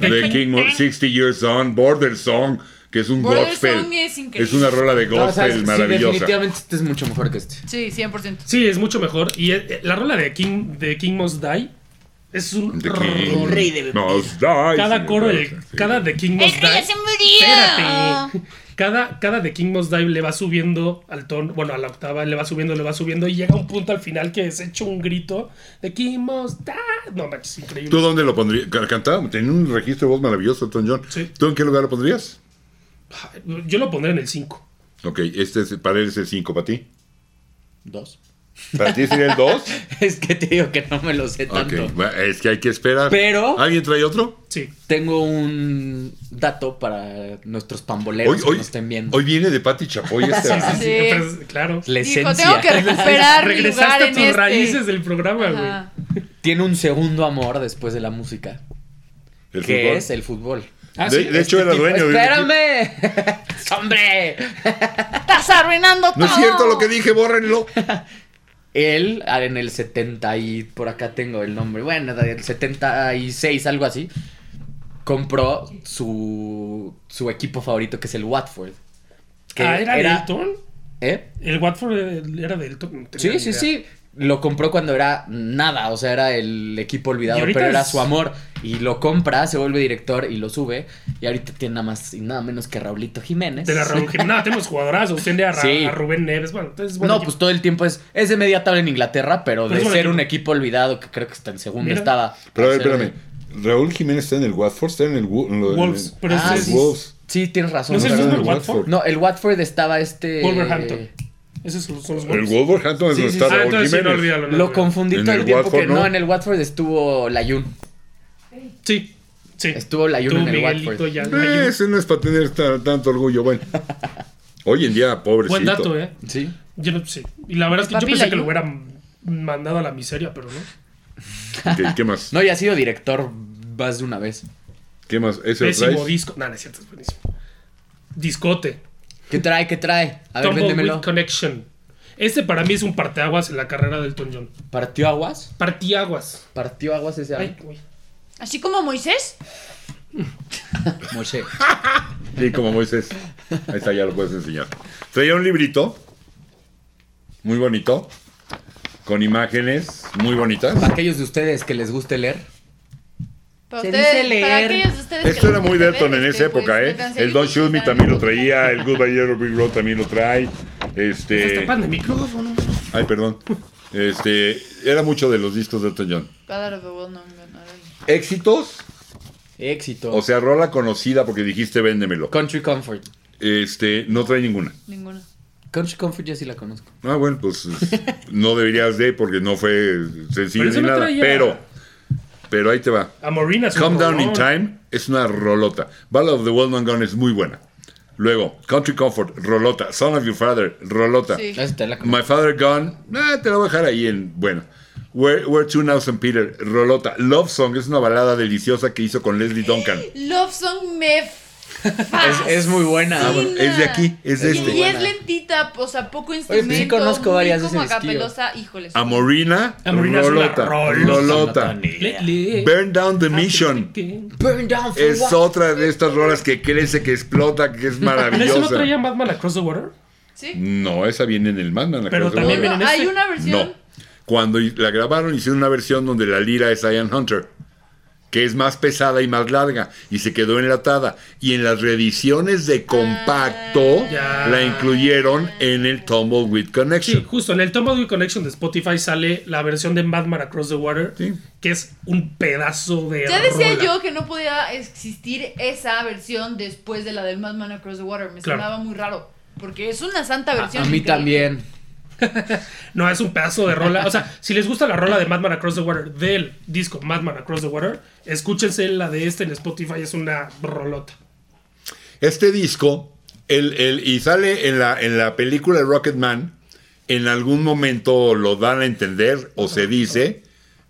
S1: The King Mo- 60 Years On, Border Song, que es un
S4: Border
S1: gospel.
S4: Song es increíble.
S1: es una rola de
S2: No, o sea,
S1: gospel
S2: sí,
S1: maravillosa.
S2: definitivamente este es mucho mejor que este.
S4: Sí, 100%.
S3: Sí, es mucho mejor. Y eh, la rola de King, de King Must Die es un.
S1: The
S3: rolón.
S1: King must die,
S3: Cada
S1: señor
S3: coro, el-
S1: Barça, sí.
S3: cada de King Must Die. Espérate. Cada, cada de King Must Dive le va subiendo al tono, bueno, a la octava, le va subiendo, le va subiendo y llega un punto al final que es hecho un grito de King Must Dive. No, manches, es increíble.
S1: ¿Tú dónde lo pondrías? Ca- Cantaba, tenía un registro de voz maravilloso, Elton John.
S3: Sí.
S1: ¿Tú en qué lugar lo pondrías?
S3: Yo lo pondré en el 5.
S1: Ok, este es, para él es el 5, ¿para ti?
S2: Dos.
S1: ¿Para ti sería el 2?
S2: Es que te digo que no me lo sé
S1: Ok,
S2: tanto.
S1: va- es que hay que esperar.
S2: Pero-
S1: ¿Alguien trae otro?
S3: Sí.
S2: Tengo un dato para nuestros pamboleros
S1: Hoy,
S2: que
S1: hoy,
S2: nos estén viendo.
S1: hoy viene de Pati Chapoy este.
S3: Sí, sí, sí.
S4: Sí.
S3: Entonces, claro.
S2: La
S4: Dijo,
S2: esencia.
S4: tengo que recuperar mi lugar
S3: Regresaste a
S4: en
S3: tus
S4: este.
S3: raíces del programa, güey.
S4: Ajá.
S2: Tiene un segundo amor después de la música,
S1: El
S2: que
S1: fútbol.
S2: es el fútbol.
S3: Ah,
S1: de
S3: sí,
S1: de hecho, era
S2: Tipo,
S1: dueño de un equipo.
S2: ¡Espérame! ¡Hombre!
S4: Estás arruinando todo.
S1: No es cierto lo que dije, bórrenlo.
S2: Él, ah, en el 70 y por acá tengo el nombre, bueno, el 76, algo así, compró su, su equipo favorito, que es el Watford. Que
S3: Ah, era, de Elton.
S2: ¿Eh?
S3: El Watford eh, era de Elton. no tenía
S2: Sí,
S3: ni
S2: sí,
S3: idea.
S2: sí. Lo compró cuando era nada, o sea, era el equipo
S3: Y
S2: olvidado,
S3: ahorita
S2: pero era
S3: es-
S2: su amor. Y lo compra, se vuelve director y lo sube. Y ahorita tiene nada más y nada menos que Raulito Jiménez.
S3: De la Raúl Jiménez. No, tenemos jugadorazos. Tiene a, Ra-
S2: Sí.
S3: a Rubén Neves. Bueno, entonces, bueno.
S2: No, pues todo el tiempo es, es de media tabla en Inglaterra, pero
S3: Pero
S2: de
S3: Pues es
S2: ser
S3: buen
S2: un
S3: equipo.
S2: equipo olvidado que creo que está en segundo
S3: Mira.
S2: estaba.
S1: Pero a ver,
S2: Ser-
S1: espérame. Raúl Jiménez está en el Watford, está en el Wo- en lo- en
S3: Wolves,
S1: el-
S3: pero
S2: Ah,
S3: ese
S1: los
S3: es-
S1: Wolves.
S2: Sí, tienes razón.
S3: ¿No es el
S1: Está en
S3: mismo
S1: el
S3: Watford?
S1: Watford.
S2: No, el pues, Watford estaba este.
S3: Wolverhampton. Eh, Esos son son los
S1: El
S3: Wolves.
S1: Wolverhampton es
S2: Sí,
S1: donde
S2: sí,
S1: está
S2: sí.
S3: Ah,
S1: Raúl
S3: entonces sí, no
S1: Jiménez.
S3: olvídalo. no
S2: Lo
S3: olvídalo.
S2: confundí
S1: En
S2: todo
S1: el
S2: el, tiempo
S1: Watford,
S2: que no.
S1: ¿no?
S2: en el Watford estuvo Layun.
S3: Sí, sí.
S2: Estuvo Layún
S3: Tú,
S2: en el
S3: Miguelito,
S2: Watford.
S3: ya,
S1: Eh,
S3: Layún.
S1: ese no es para tener ta- tanto orgullo. Bueno, hoy en día, pobrecito.
S3: Buen dato, ¿eh?
S2: Sí.
S3: Yo no sé. Y la verdad es que yo
S4: Papi
S3: pensé que lo
S4: Layún.
S3: hubieran mandado a la miseria, pero no.
S1: Ok, ¿Qué más?
S2: No, y ha sido director más de una vez.
S1: ¿Qué más? ¿Ese lo
S3: Pésimo
S1: traes?
S3: disco. No, no es cierto, es buenísimo. Discote.
S2: ¿Qué trae? ¿Qué trae? A ver,
S3: Tumble
S2: véndemelo.
S3: with Connection. Este para mí es un parteaguas en la carrera del Elton John.
S2: ¿Partió aguas?
S3: Parteaguas.
S2: ¿Partió aguas ese
S3: Ay,
S2: álbum?
S3: güey.
S1: Eh.
S4: Así como Moisés.
S2: Moshe.
S1: Sí, como Moisés. Ahí está, ya lo puedes enseñar. Traía un librito muy bonito, con imágenes muy bonitas.
S2: Para aquellos de ustedes que les guste leer.
S4: Para,
S2: Se
S4: ustedes,
S2: dice
S4: para
S2: leer.
S4: aquellos de ustedes
S1: Esto
S4: que
S1: era
S4: les
S1: muy
S4: gusta
S1: Delton
S4: ver,
S1: en
S4: este,
S1: esa época,
S4: pues,
S1: ¿eh?
S4: métanse a
S1: El Don't
S4: YouTube
S1: Shoot Me
S4: y
S1: también lo
S4: vean.
S1: traía, el Goodbye Yellow Brick Road también lo trae. Este.
S3: Tapan de micrófono.
S1: Ay, perdón. Este. Era mucho de los discos de Elton John.
S4: Father of the World, no, no, no, no.
S1: Éxitos,
S2: Éxito.
S1: o sea, rola conocida porque dijiste véndemelo.
S2: Country Comfort.
S1: Este, no trae ninguna.
S4: Ninguno.
S2: Country Comfort yo sí la conozco.
S1: Ah, bueno, pues es- no deberías de porque no fue sencillo
S3: Pero eso
S1: ni
S3: no
S1: nada.
S3: traía-
S1: Pero, pero ahí te va.
S3: A Morina. es un
S1: Come Down in
S3: rolón.
S1: Time es una rolota. Ballad of the Well Known Gone es muy buena. Luego, Country Comfort, rolota. Son of Your Father, rolota.
S4: Sí.
S2: Esa te la conozco.
S1: My Father Gone, ah, te la voy a dejar ahí en. Bueno. Where, Where to Now, St. Peter, rolota. Love Song es una balada deliciosa que hizo con Leslie Duncan.
S4: Love Song me
S2: Es, es muy buena.
S1: Ah, bueno, es de aquí, es de
S2: Es
S1: este.
S4: Y es
S2: buena.
S4: lentita, o sea, poco instrumento.
S2: sí conozco
S4: muy
S2: varias de
S4: como
S2: ese estilo.
S4: acapelosa, híjoles.
S1: Amorina,
S3: Amorina es una
S1: rolota.
S3: rolota.
S1: Rolota.
S3: Le- le-
S1: Burn Down the Mission.
S2: Burn down for
S1: Es
S2: what?
S1: otra de estas rolas que crece, que explota, que es
S3: ¿En eso no
S1: maravillosa.
S3: traía Batman Across the Water?
S4: ¿Sí?
S1: No, esa viene en el Madman. la
S3: Pero
S1: que
S3: también
S1: hacemos ahora.
S3: viene en
S4: Hay
S3: este?
S4: una versión.
S1: No. Cuando la grabaron, hicieron una versión donde la lira es Ian Hunter, que es más pesada y más larga, y se quedó enlatada. Y en las reediciones de compacto,
S3: Ah, Ya.
S1: la incluyeron en el Tumbleweed Connection.
S3: Sí, justo en el Tumbleweed Connection de Spotify sale la versión de Madman Across the Water,
S1: Sí.
S3: que es un pedazo de.
S4: Ya decía
S3: rola.
S4: yo que no podía existir esa versión después de la del Madman Across the Water. Me
S3: Claro.
S4: sonaba muy raro. Porque es una santa
S2: A,
S4: versión.
S2: a mí
S4: increíble.
S2: también.
S3: No, es un pedazo de rola. O sea, si les gusta la rola de Madman Across the Water del disco Madman Across the Water, escúchense la de este en Spotify, es una rolota.
S1: Este disco, el, el- y sale en la, en la película de Rocketman, en algún momento lo dan a entender o se dice,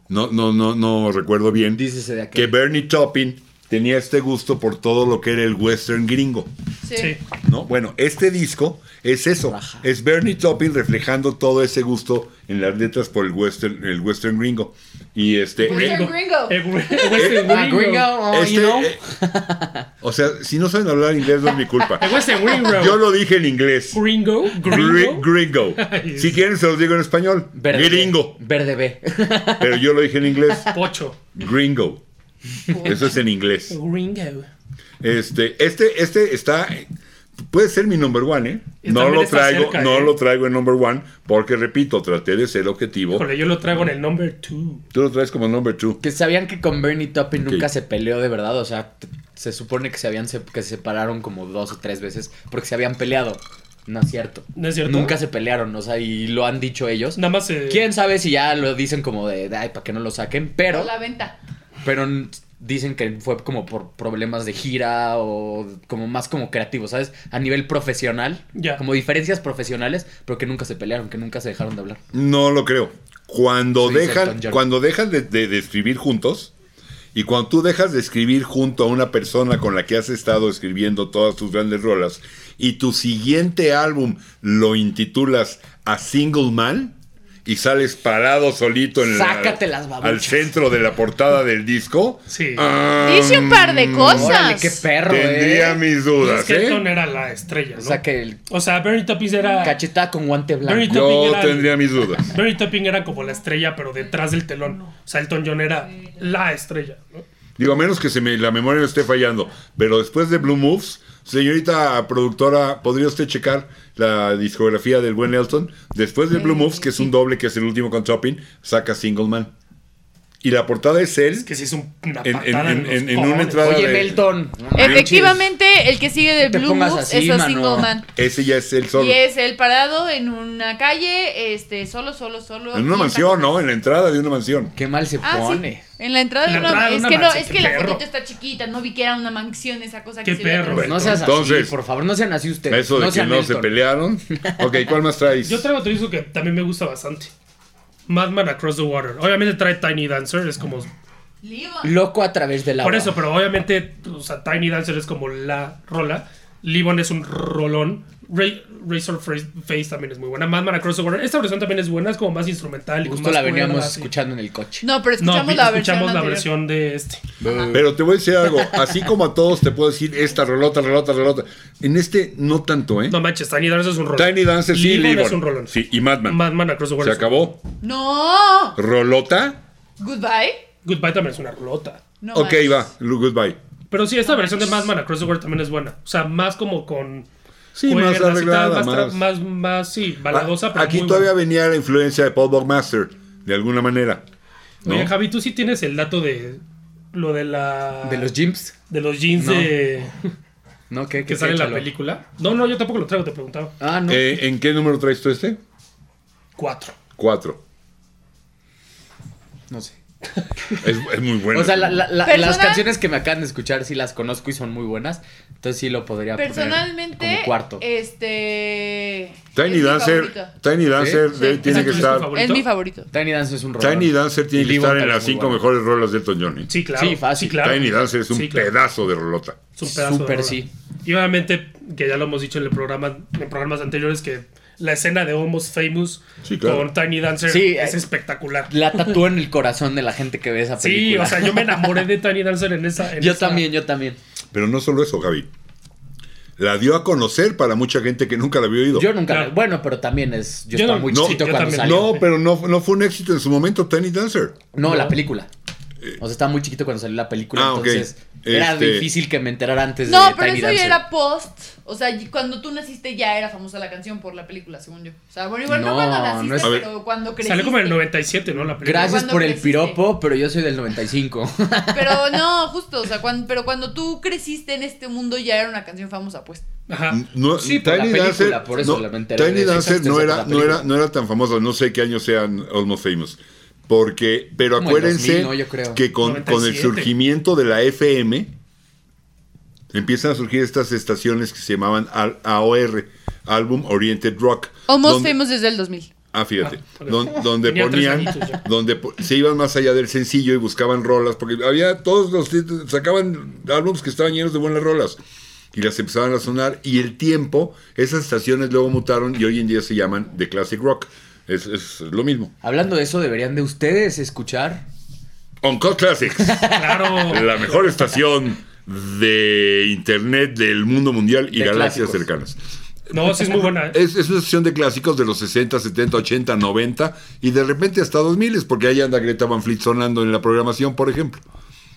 S1: no, no, no, no recuerdo bien,
S2: Dícese de aquí.
S1: que Bernie Taupin tenía este gusto por todo lo que era el western gringo.
S4: Sí.
S3: Sí.
S1: ¿no? Bueno, este disco es eso, es Bernie Taupin reflejando todo ese gusto en las letras por el western, el western gringo. Y este...
S4: Western
S1: eh,
S4: Gringo.
S3: Eh, güey, Western
S2: Ah,
S3: Gringo.
S2: gringo, oh,
S1: este,
S2: you know.
S1: eh, o sea, si no saben hablar inglés no es mi culpa.
S3: Eh, Western Gringo.
S1: Yo lo dije en inglés.
S3: Gringo.
S1: Gri-
S3: Gringo.
S1: Gringo.
S3: Ay,
S1: Si quieren se los digo en español.
S2: Verde B.
S1: Gringo.
S2: Verde B.
S1: Pero yo lo dije en inglés.
S3: Pocho.
S1: Gringo. Eso es en inglés.
S3: Gringo.
S1: Este, este, este está. Puede ser mi number one, ¿eh?
S3: Y
S1: No
S3: también
S1: lo
S3: está
S1: traigo,
S3: cerca,
S1: no
S3: ¿eh?
S1: lo traigo en number one, porque repito, traté de ser objetivo.
S3: Híjole, yo lo traigo en el number two.
S1: Tú lo traes como number two.
S2: que sabían que con Bernie Taupin nunca
S1: Ok.
S2: se peleó de verdad. O sea, t- se supone que se habían se- que se separaron como dos o tres veces porque se habían peleado. No es cierto.
S3: ¿No es cierto?
S2: Nunca se pelearon, o sea, y lo han dicho ellos.
S3: Nada más. eh,
S2: Quién sabe si ya lo dicen como de, de, ay, para que no lo saquen, pero,
S4: A la venta.
S2: pero n- dicen que fue como por problemas de gira o como más como creativo, ¿sabes? A nivel profesional,
S3: Ya.
S2: como diferencias profesionales, pero que nunca se pelearon, que nunca se dejaron de hablar.
S1: No lo creo. Cuando
S2: Sí,
S1: dejan,
S2: Elton John.
S1: cuando dejan de, de- de escribir juntos, y cuando tú dejas de escribir junto a una persona con la que has estado escribiendo todas tus grandes rolas, y tu siguiente álbum lo intitulas A Single Man, y sales parado solito en la-
S2: Sácate las babuchas.
S1: al centro de la portada del disco, ah,
S3: Sí.
S4: Dice un par
S3: Mm,
S4: de cosas.
S2: Órale, qué perro,
S1: tendría
S2: eh.
S1: mis
S3: Es
S1: dudas.
S3: que
S1: ¿eh?
S3: Elton era la estrella, ¿no?
S2: O sea, que el
S3: O sea, Bernie Taupin era.
S2: cachetada con guante
S3: Bernie
S2: blanco.
S1: Yo
S3: Taupin era-
S1: tendría mis dudas.
S3: Bernie Taupin era como la estrella, pero detrás del telón. O sea, Elton John era la estrella, ¿no?
S1: Digo, a menos que se me, la memoria me esté fallando. Pero después de Blue Moves, señorita productora, ¿podría usted checar la discografía del buen Elton? Después de
S3: Eh,
S1: Blue Moves, que es un doble, que es el último con Topping, saca Single Man. Y la portada es él
S3: Es que sí es un- una
S1: En-
S3: patada
S1: en- en-
S3: en, los
S1: en una
S3: cojones.
S1: entrada-
S2: Oye,
S1: de-
S2: Melton. eh, no manches.
S4: Efectivamente, el que sigue de
S2: No te
S4: Blue
S2: pongas
S4: Moves
S2: así,
S4: es a
S2: mano.
S4: Single Man.
S1: Ese ya es él solo.
S4: Y es el parado en una calle, este, solo, solo, solo.
S1: En una
S4: Y
S1: mansión,
S4: está-
S1: ¿no? En la entrada de una mansión.
S2: Qué mal se
S4: Ah, sí.
S2: pone.
S4: En la entrada de
S3: En la
S4: una,
S3: entrada de
S4: Es
S3: una
S4: que, no,
S3: mansión,
S4: es
S3: qué
S4: que la
S3: perro.
S4: fotito está chiquita, no vi que era una mansión esa cosa que
S3: Qué
S4: se ve
S3: perro,
S4: atrás.
S2: No seas así,
S1: Entonces,
S2: por favor, no sean así ustedes.
S1: Eso de que
S2: sean
S1: no se
S2: Elton.
S1: pelearon. Ok, ¿cuál más traes?
S3: Yo traigo otro disco que también me gusta bastante. Madman Across the Water. Obviamente trae Tiny Dancer, es como...
S4: Ligo.
S2: Loco a través del agua.
S3: Por eso, pero obviamente, o sea, Tiny Dancer es como la rola. Livon es un rolón. Ra- Razor Fra- Face también es muy buena. Madman Across the Water. Esta versión también es buena, es como más instrumental. Y como
S2: Justo
S3: más
S2: la veníamos
S3: cuerdas, sí.
S2: escuchando en el coche.
S4: No, pero
S3: No,
S4: escuchamos la versión.
S3: escuchamos la
S4: anterior.
S3: versión de este.
S1: Pero te voy a decir algo. Así como a todos te puedo decir esta rolota, rolota, rolota. En este, no tanto, ¿eh?
S3: No manches, Tiny Dancer es un rolón.
S1: Tiny Dancer, sí,
S3: Livon es
S1: Livon.
S3: un rolón.
S1: Sí, y Madman.
S3: Madman Across the
S1: Se
S3: Water. es-
S1: acabó.
S4: No.
S1: Rolota.
S4: Goodbye.
S3: Goodbye también es una rolota.
S4: No
S1: ok,
S4: manches.
S1: va. Lu- Goodbye.
S3: Pero sí, esta versión de Madman Across the World también es buena. O sea, más como con.
S1: Sí,
S3: cuerdas
S1: más
S3: y tal,
S1: arreglada,
S3: más, tra-
S1: más. Ah,
S3: más. más, sí, baladosa, pero.
S1: Aquí
S3: muy
S1: todavía
S3: buena.
S1: venía la influencia de Paul Buckmaster, de alguna manera. ¿no?
S3: Oye, Javi, tú sí tienes el dato de. Lo de la.
S2: De los Jimps,
S3: de los jeans
S2: No.
S3: de-
S2: ¿no? ¿Qué,
S3: que
S2: qué
S3: sale en la
S2: échalo.
S3: película. No, no, yo tampoco lo traigo, te preguntaba.
S2: Ah, no.
S1: Eh, ¿En qué número traes tú este?
S3: Cuatro.
S1: Cuatro.
S2: no sé.
S1: Es, es muy bueno.
S2: O sea, la- la- la-
S4: Personal-
S2: las canciones que me acaban de escuchar sí las conozco y son muy buenas. Entonces sí lo podría poner
S4: Personalmente, eh,
S2: como cuarto.
S4: este. es
S1: Tiny
S4: mi
S1: Dancer,
S4: favorito.
S1: Tiny Dancer
S4: Sí.
S1: de-
S4: Sí.
S1: tiene
S3: ¿Ese
S1: que
S3: es tu
S1: estar.
S3: favorito?
S4: Es mi favorito.
S2: Tiny Dance es un rollo.
S1: Tiny Dancer tiene que estar en las cinco mejores rolas de Elton John. ¿eh?
S3: Sí, claro.
S2: Sí, fácil.
S3: claro.
S1: Tiny Dancer es un
S3: Sí, claro.
S1: pedazo de rolota.
S3: Es un pedazo de
S2: Súper
S3: rola.
S2: sí.
S3: Y obviamente, que ya lo hemos dicho en el programa, en programas anteriores, que la escena de Almost Famous
S1: Sí, claro.
S3: con Tiny Dancer
S2: Sí,
S3: es
S2: eh,
S3: espectacular.
S2: La tatúa en el corazón de la gente que ve esa
S3: Sí,
S2: película.
S3: o sea, yo me enamoré de Tiny Dancer en esa. en
S2: Yo
S3: esa-
S2: también, yo también.
S1: Pero no solo eso, Gaby. la dio a conocer para mucha gente que nunca la había oído.
S2: Yo nunca.
S3: Claro.
S2: Bueno, pero también es. Yo,
S3: Yo
S2: estaba
S3: no-
S2: muy
S1: No,
S2: chiquito
S1: yo
S2: cuando
S3: también.
S2: salió.
S1: no, pero no, no fue un éxito en su momento, Tiny Dancer.
S2: No,
S3: No.
S2: la película. O sea, estaba muy chiquito cuando salió la película,
S1: Eh. Ah, ok.
S2: entonces era
S1: Este-
S2: difícil que me enterara antes de
S4: No, pero
S2: Tiny
S4: eso ya
S2: Dancer.
S4: era post. O sea, y cuando tú naciste ya era famosa la canción por la película, según yo. O sea, bueno, igual no,
S2: No,
S4: cuando
S2: no
S4: naciste,
S2: es-
S1: A ver.
S4: pero cuando creciste.
S3: Salió como en el 97, ¿no? La película.
S2: Gracias
S4: ¿Cuándo
S2: por el
S4: creciste?
S2: piropo, pero yo soy del 95.
S4: Pero no, justo, o sea, cuando, pero cuando tú creciste en este mundo ya era una canción famosa, pues.
S3: Ajá.
S1: No,
S2: Sí, por la película, por eso
S1: no,
S2: me enteré
S1: Tiny
S2: de eso,
S1: Dancer
S2: exacto,
S1: no
S2: por
S1: era,
S2: la
S1: no, era,
S2: película.
S1: no era tan famosa, no sé qué año sean Almost Famous. Porque, pero
S2: Como el
S1: acuérdense
S2: 2000, ¿no? Yo creo.
S1: que con, con el
S3: 97.
S1: surgimiento de la FM empiezan a surgir estas estaciones que se llamaban al- AOR, Album Oriented Rock.
S4: Almost
S1: donde-
S4: Famous desde el 2000.
S1: Ah, fíjate.
S3: Ah, ok.
S1: Don- donde
S3: Tenía tres
S1: ponían,
S3: añitos yo.
S1: donde po- se iban más allá del sencillo y buscaban rolas, porque había todos los tit- sacaban álbumes que estaban llenos de buenas rolas y las empezaban a sonar y el tiempo, esas estaciones luego mutaron y hoy en día se llaman The Classic Rock. Es, es lo mismo.
S2: Hablando de eso, deberían de ustedes escuchar.
S1: Uncut Classics,
S3: Claro.
S1: la mejor estación de internet del mundo mundial y
S2: De
S1: galaxias
S2: clásicos.
S1: cercanas.
S3: No, sí es muy buena. ¿eh?
S1: Es, es una sesión de clásicos de los 60, 70, 80, 90 y de repente hasta 2000, porque ahí anda Greta Van Fleet sonando en la programación, por ejemplo.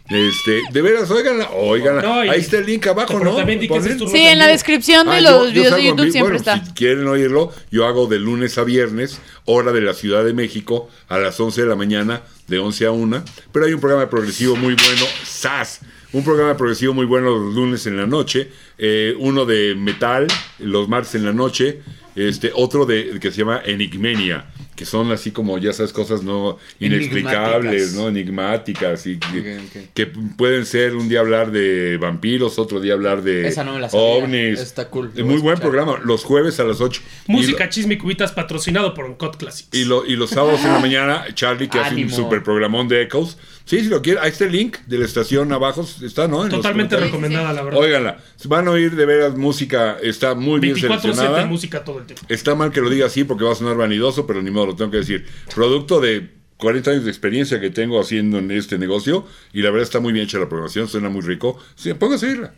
S1: Este, de veras, óiganla, óiganla.
S3: No, y-
S1: ahí está el link abajo,
S3: pero
S1: ¿no?
S3: también di que ese
S1: Pablo?
S3: es tu-
S4: Sí, en la descripción de
S1: Ah, yo-
S4: los
S1: yo
S4: videos
S1: salgo
S4: de
S1: en
S4: YouTube
S1: vivo.
S4: siempre
S1: Bueno,
S4: está.
S1: Si quieren oírlo, yo hago de lunes a viernes, hora de la Ciudad de México, a las 11 de la mañana, de 11 a 1. Pero hay un programa de progresivo muy bueno, SAS. Un programa de progresivo muy bueno los lunes en la noche. eh, uno de metal, los martes en la noche. Este, otro de que se llama Enigmenia, que son así como, ya sabes, cosas no inexplicables,
S2: Enigmáticas.
S1: ¿no? enigmáticas y que,
S2: Ok, ok.
S1: que pueden ser un día hablar de vampiros, otro día hablar de
S2: Esa no me la sabía.
S1: ovnis.
S2: Está cool, lo voy a
S1: Muy buen
S2: escuchar.
S1: programa, los jueves a las 8.
S3: Música Chisme y Cubitas patrocinado por Uncut Classics.
S1: Y, lo- y los sábados en la mañana, Charlie, que hace un
S2: Ánimo.
S1: super programón de Echoes. Sí, si lo quiere, ahí está el link de la estación abajo. Está, ¿no? En los
S3: Totalmente
S1: comentarios.
S3: recomendada, la verdad.
S1: Óiganla, van a oír de veras música, está muy bien
S3: 24-7
S1: seleccionada.
S3: música todo el tiempo.
S1: Está mal que lo diga así porque va a sonar vanidoso, pero ni modo, lo tengo que decir. Producto de 40 años de experiencia que tengo haciendo en este negocio y la verdad está muy bien hecha la programación, suena muy rico. Sí, póngase a oírla.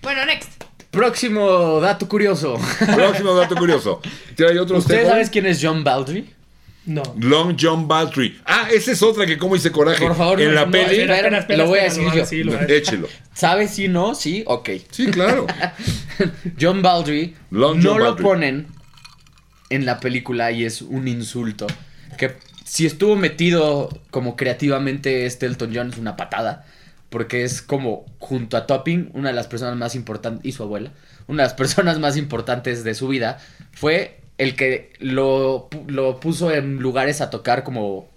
S4: Bueno, next.
S2: Próximo dato curioso.
S1: Próximo dato curioso. ¿Hay otro usted,
S2: ¿Ustedes
S1: joven?
S2: saben quién es John Baldry?
S3: No.
S1: Long John Baldry. Ah, esa es otra que como hice coraje.
S2: Por favor,
S1: en
S2: no,
S1: la
S2: no,
S1: peli.
S2: espera, lo voy a decir
S3: lo va
S2: yo.
S3: lo va a decir.
S1: Échelo.
S2: ¿Sabes si no? Sí, ok.
S1: Sí, claro.
S2: John Baldry
S1: Long
S2: no
S1: John
S2: lo
S1: Baldry.
S2: ponen en la película y es un insulto. Que si estuvo metido como creativamente este Elton John es una patada. Porque es como junto a Topping, una de las personas más importantes, y su abuela, una de las personas más importantes de su vida, fue el que lo, pu- lo puso en lugares a tocar como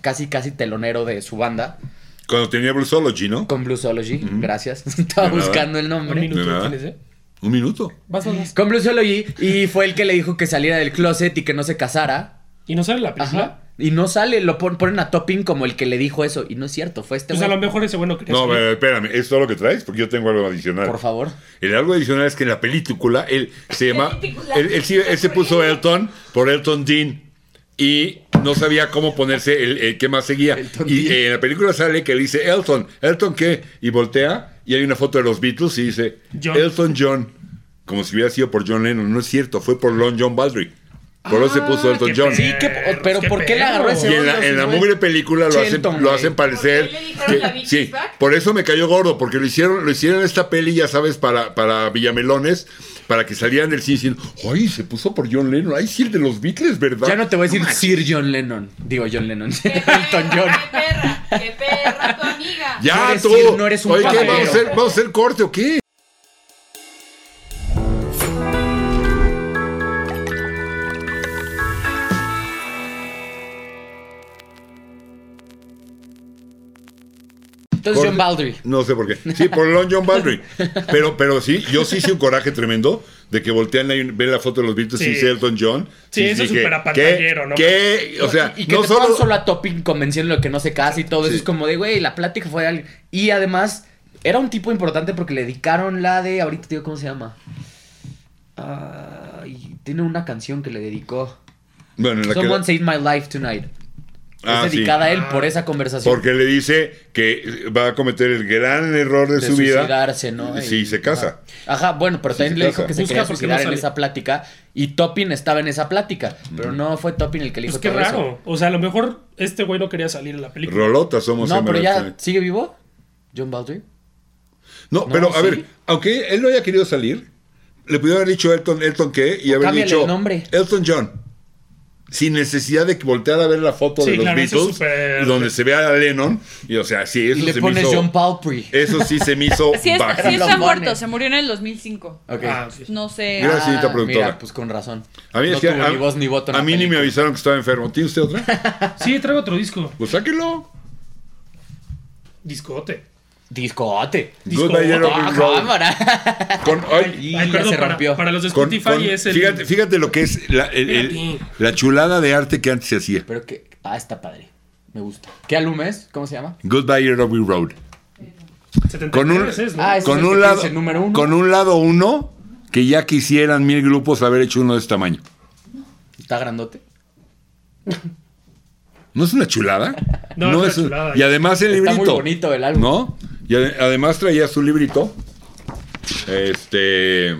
S2: casi casi telonero de su banda,
S1: Cuando tenía Bruceology, ¿no?
S2: con Bluesology, gracias, estaba
S1: De nada.
S2: buscando el
S3: Un
S2: nombre.
S3: minuto
S1: De nada.
S3: tienes, ¿eh?
S1: Un minuto.
S3: Vas, vas, vas.
S2: Con Blue Solo G, y fue el que le dijo que saliera del closet y que no se casara.
S3: ¿Y no sale la película?
S2: Ajá. Y no sale, lo pon- ponen a Topping como el que le dijo eso. Y no es cierto, fue este
S3: Pues a
S2: güey.
S3: lo mejor ese bueno quería
S1: No,
S3: salir.
S1: pero espérame, ¿es todo lo que traes? Porque yo tengo algo adicional.
S2: Por favor.
S1: El algo adicional es que en la película él se llama.
S4: Película.
S1: Él, él sí- él se puso Elton por Elton Dean y no sabía cómo ponerse el, el que más seguía.
S2: Elton
S1: Y
S2: Dean.
S1: eh, en la película sale que le dice Elton, ¿Elton qué? Y voltea y hay una foto de los Beatles y dice
S3: John.
S1: Elton John, como si hubiera sido por John Lennon. No es cierto, fue por Long John Baldry. Por eso se
S2: Ah,
S1: puso Elton
S3: qué
S1: John.
S2: Sí, que,
S3: Perros,
S2: pero
S3: qué
S2: ¿por qué le agarró
S3: perros.
S1: Y
S2: ese
S1: en la,
S2: odio,
S1: en la
S2: güey?
S1: mugre película lo hacen,
S2: Chelton,
S1: lo
S2: güey.
S1: hacen parecer.
S4: Porque le dijeron
S1: que-
S4: la Big
S1: sí,
S4: Back.
S1: por eso me cayó gordo, porque lo hicieron, lo hicieron en esta peli, ya sabes, para, para Villamelones, para que salieran del cine diciendo, ¡ay! Se puso por John Lennon, ¡ay, sí, el de los Beatles, ¿verdad?
S2: Ya no te voy a decir Sir John Lennon. Digo John Lennon. Elton John.
S4: ¡Qué perra! ¡Qué perra tu amiga!
S2: No
S1: Ya
S2: eres
S1: tú.
S2: Sir, no eres un
S1: Oye, ¿qué,
S2: caballero.
S1: ¿Vamos a hacer, vamos a hacer corte o qué?
S2: Entonces
S1: Corte.
S2: John Baldry.
S1: No sé por qué. Sí, por Long John Baldry. Pero, pero sí, yo sí hice un coraje tremendo de que voltean ahí, ven la foto de los Beatles y
S3: Sí.
S1: dice Elton John.
S3: Sí,
S1: Y
S3: eso es
S1: dije,
S3: superapantallero,
S1: ¿qué?
S3: ¿no?
S1: ¿Qué? O sea,
S2: y, y que
S1: no
S2: te pongan
S1: solo.
S2: solo a Topping convenciéndolo que no se casa y todo eso.
S1: Sí.
S2: Es como de, güey, la plática fue al- Y además, era un tipo importante porque le dedicaron la de. Ahorita te digo cómo se llama. Ah, y tiene una canción que le dedicó.
S1: Bueno, en la que-
S2: Someone Saved My Life Tonight.
S1: Ah,
S2: es
S1: sí.
S2: dedicada a él por esa conversación.
S1: Porque le dice que va a cometer el gran error de,
S2: de
S1: su vida.
S2: suicidarse, ¿no? Y-
S1: si se casa.
S2: Ajá, bueno, pero
S1: Sí,
S2: también
S1: se
S2: le
S1: casa.
S2: dijo que se
S3: Busca
S2: quería
S3: porque
S2: suicidar
S3: no
S2: en
S3: sale.
S2: esa plática y Topping estaba en esa plática, pero
S1: Mm.
S2: no fue Topping el que le
S3: Pues
S2: dijo
S3: qué
S2: todo eso.
S3: raro. O sea, a lo mejor este güey no quería salir en la película.
S1: Rolota somos
S2: No, pero
S1: Emerald,
S2: ya
S1: sí.
S2: sigue vivo John Baldry.
S1: No,
S2: No,
S1: pero a
S2: sí.
S1: ver, aunque él no haya querido salir, le pudieron haber dicho Elton, Elton qué y
S2: O
S1: haber
S2: cámbiale
S1: dicho
S2: el nombre.
S1: Elton John. Sin necesidad de que voltear a ver la foto
S3: Sí,
S1: de los
S3: claro, eso
S1: Beatles,
S3: es súper-
S1: donde se vea a Lennon, y o sea, sí, eso
S2: Y le
S1: se
S2: pones
S1: me hizo, Eh,
S2: John Palpry.
S1: Eso sí se me hizo
S4: Sí, es-
S1: bajísimo.
S4: sí
S2: Lo
S4: está
S2: pone.
S4: muerto, se murió en el 2005.
S2: Ok.
S3: Ah, sí.
S4: No sé.
S1: Gracias, señorita productora.
S2: Mira, pues con razón.
S1: A mí,
S2: no
S1: es que
S2: tuvo
S1: a-
S2: ni voz ni voto. en
S1: a
S2: la
S1: mí ni me
S2: película.
S1: avisaron que estaba enfermo. ¿Tiene usted otra?
S3: Sí, traigo otro disco.
S1: Pues sáquelo.
S3: Discote.
S2: Discote.
S3: Disco.
S1: Goodbye, Yellow
S2: Ah,
S1: Brick Road.
S2: cámara.
S1: Con- ay,
S2: Y
S3: Me acuerdo
S2: ya se
S3: para,
S2: rompió.
S3: para los de
S1: con-
S3: Spotify
S1: con-
S3: es el.
S1: fíjate, fíjate lo que es la, el- el-
S3: Espérate.
S1: la chulada de arte que antes se hacía.
S2: Pero que. Ah, está padre. Me gusta. ¿Qué álbum es? ¿Cómo se llama?
S1: Goodbye Yellow Brick Road.
S3: 73
S1: con un-
S3: es, ¿no?
S2: Ah, es-
S1: Con
S2: el que
S1: un, lado,
S2: tienes el número uno.
S1: con un lado uno que ya quisieran mil grupos haber hecho uno de este tamaño.
S2: Está grandote.
S1: ¿No es una chulada?
S3: No, es una chulada.
S1: Y además el
S2: Está
S1: librito.
S2: muy bonito el álbum.
S1: ¿No? Y ade- además traía su librito. Este.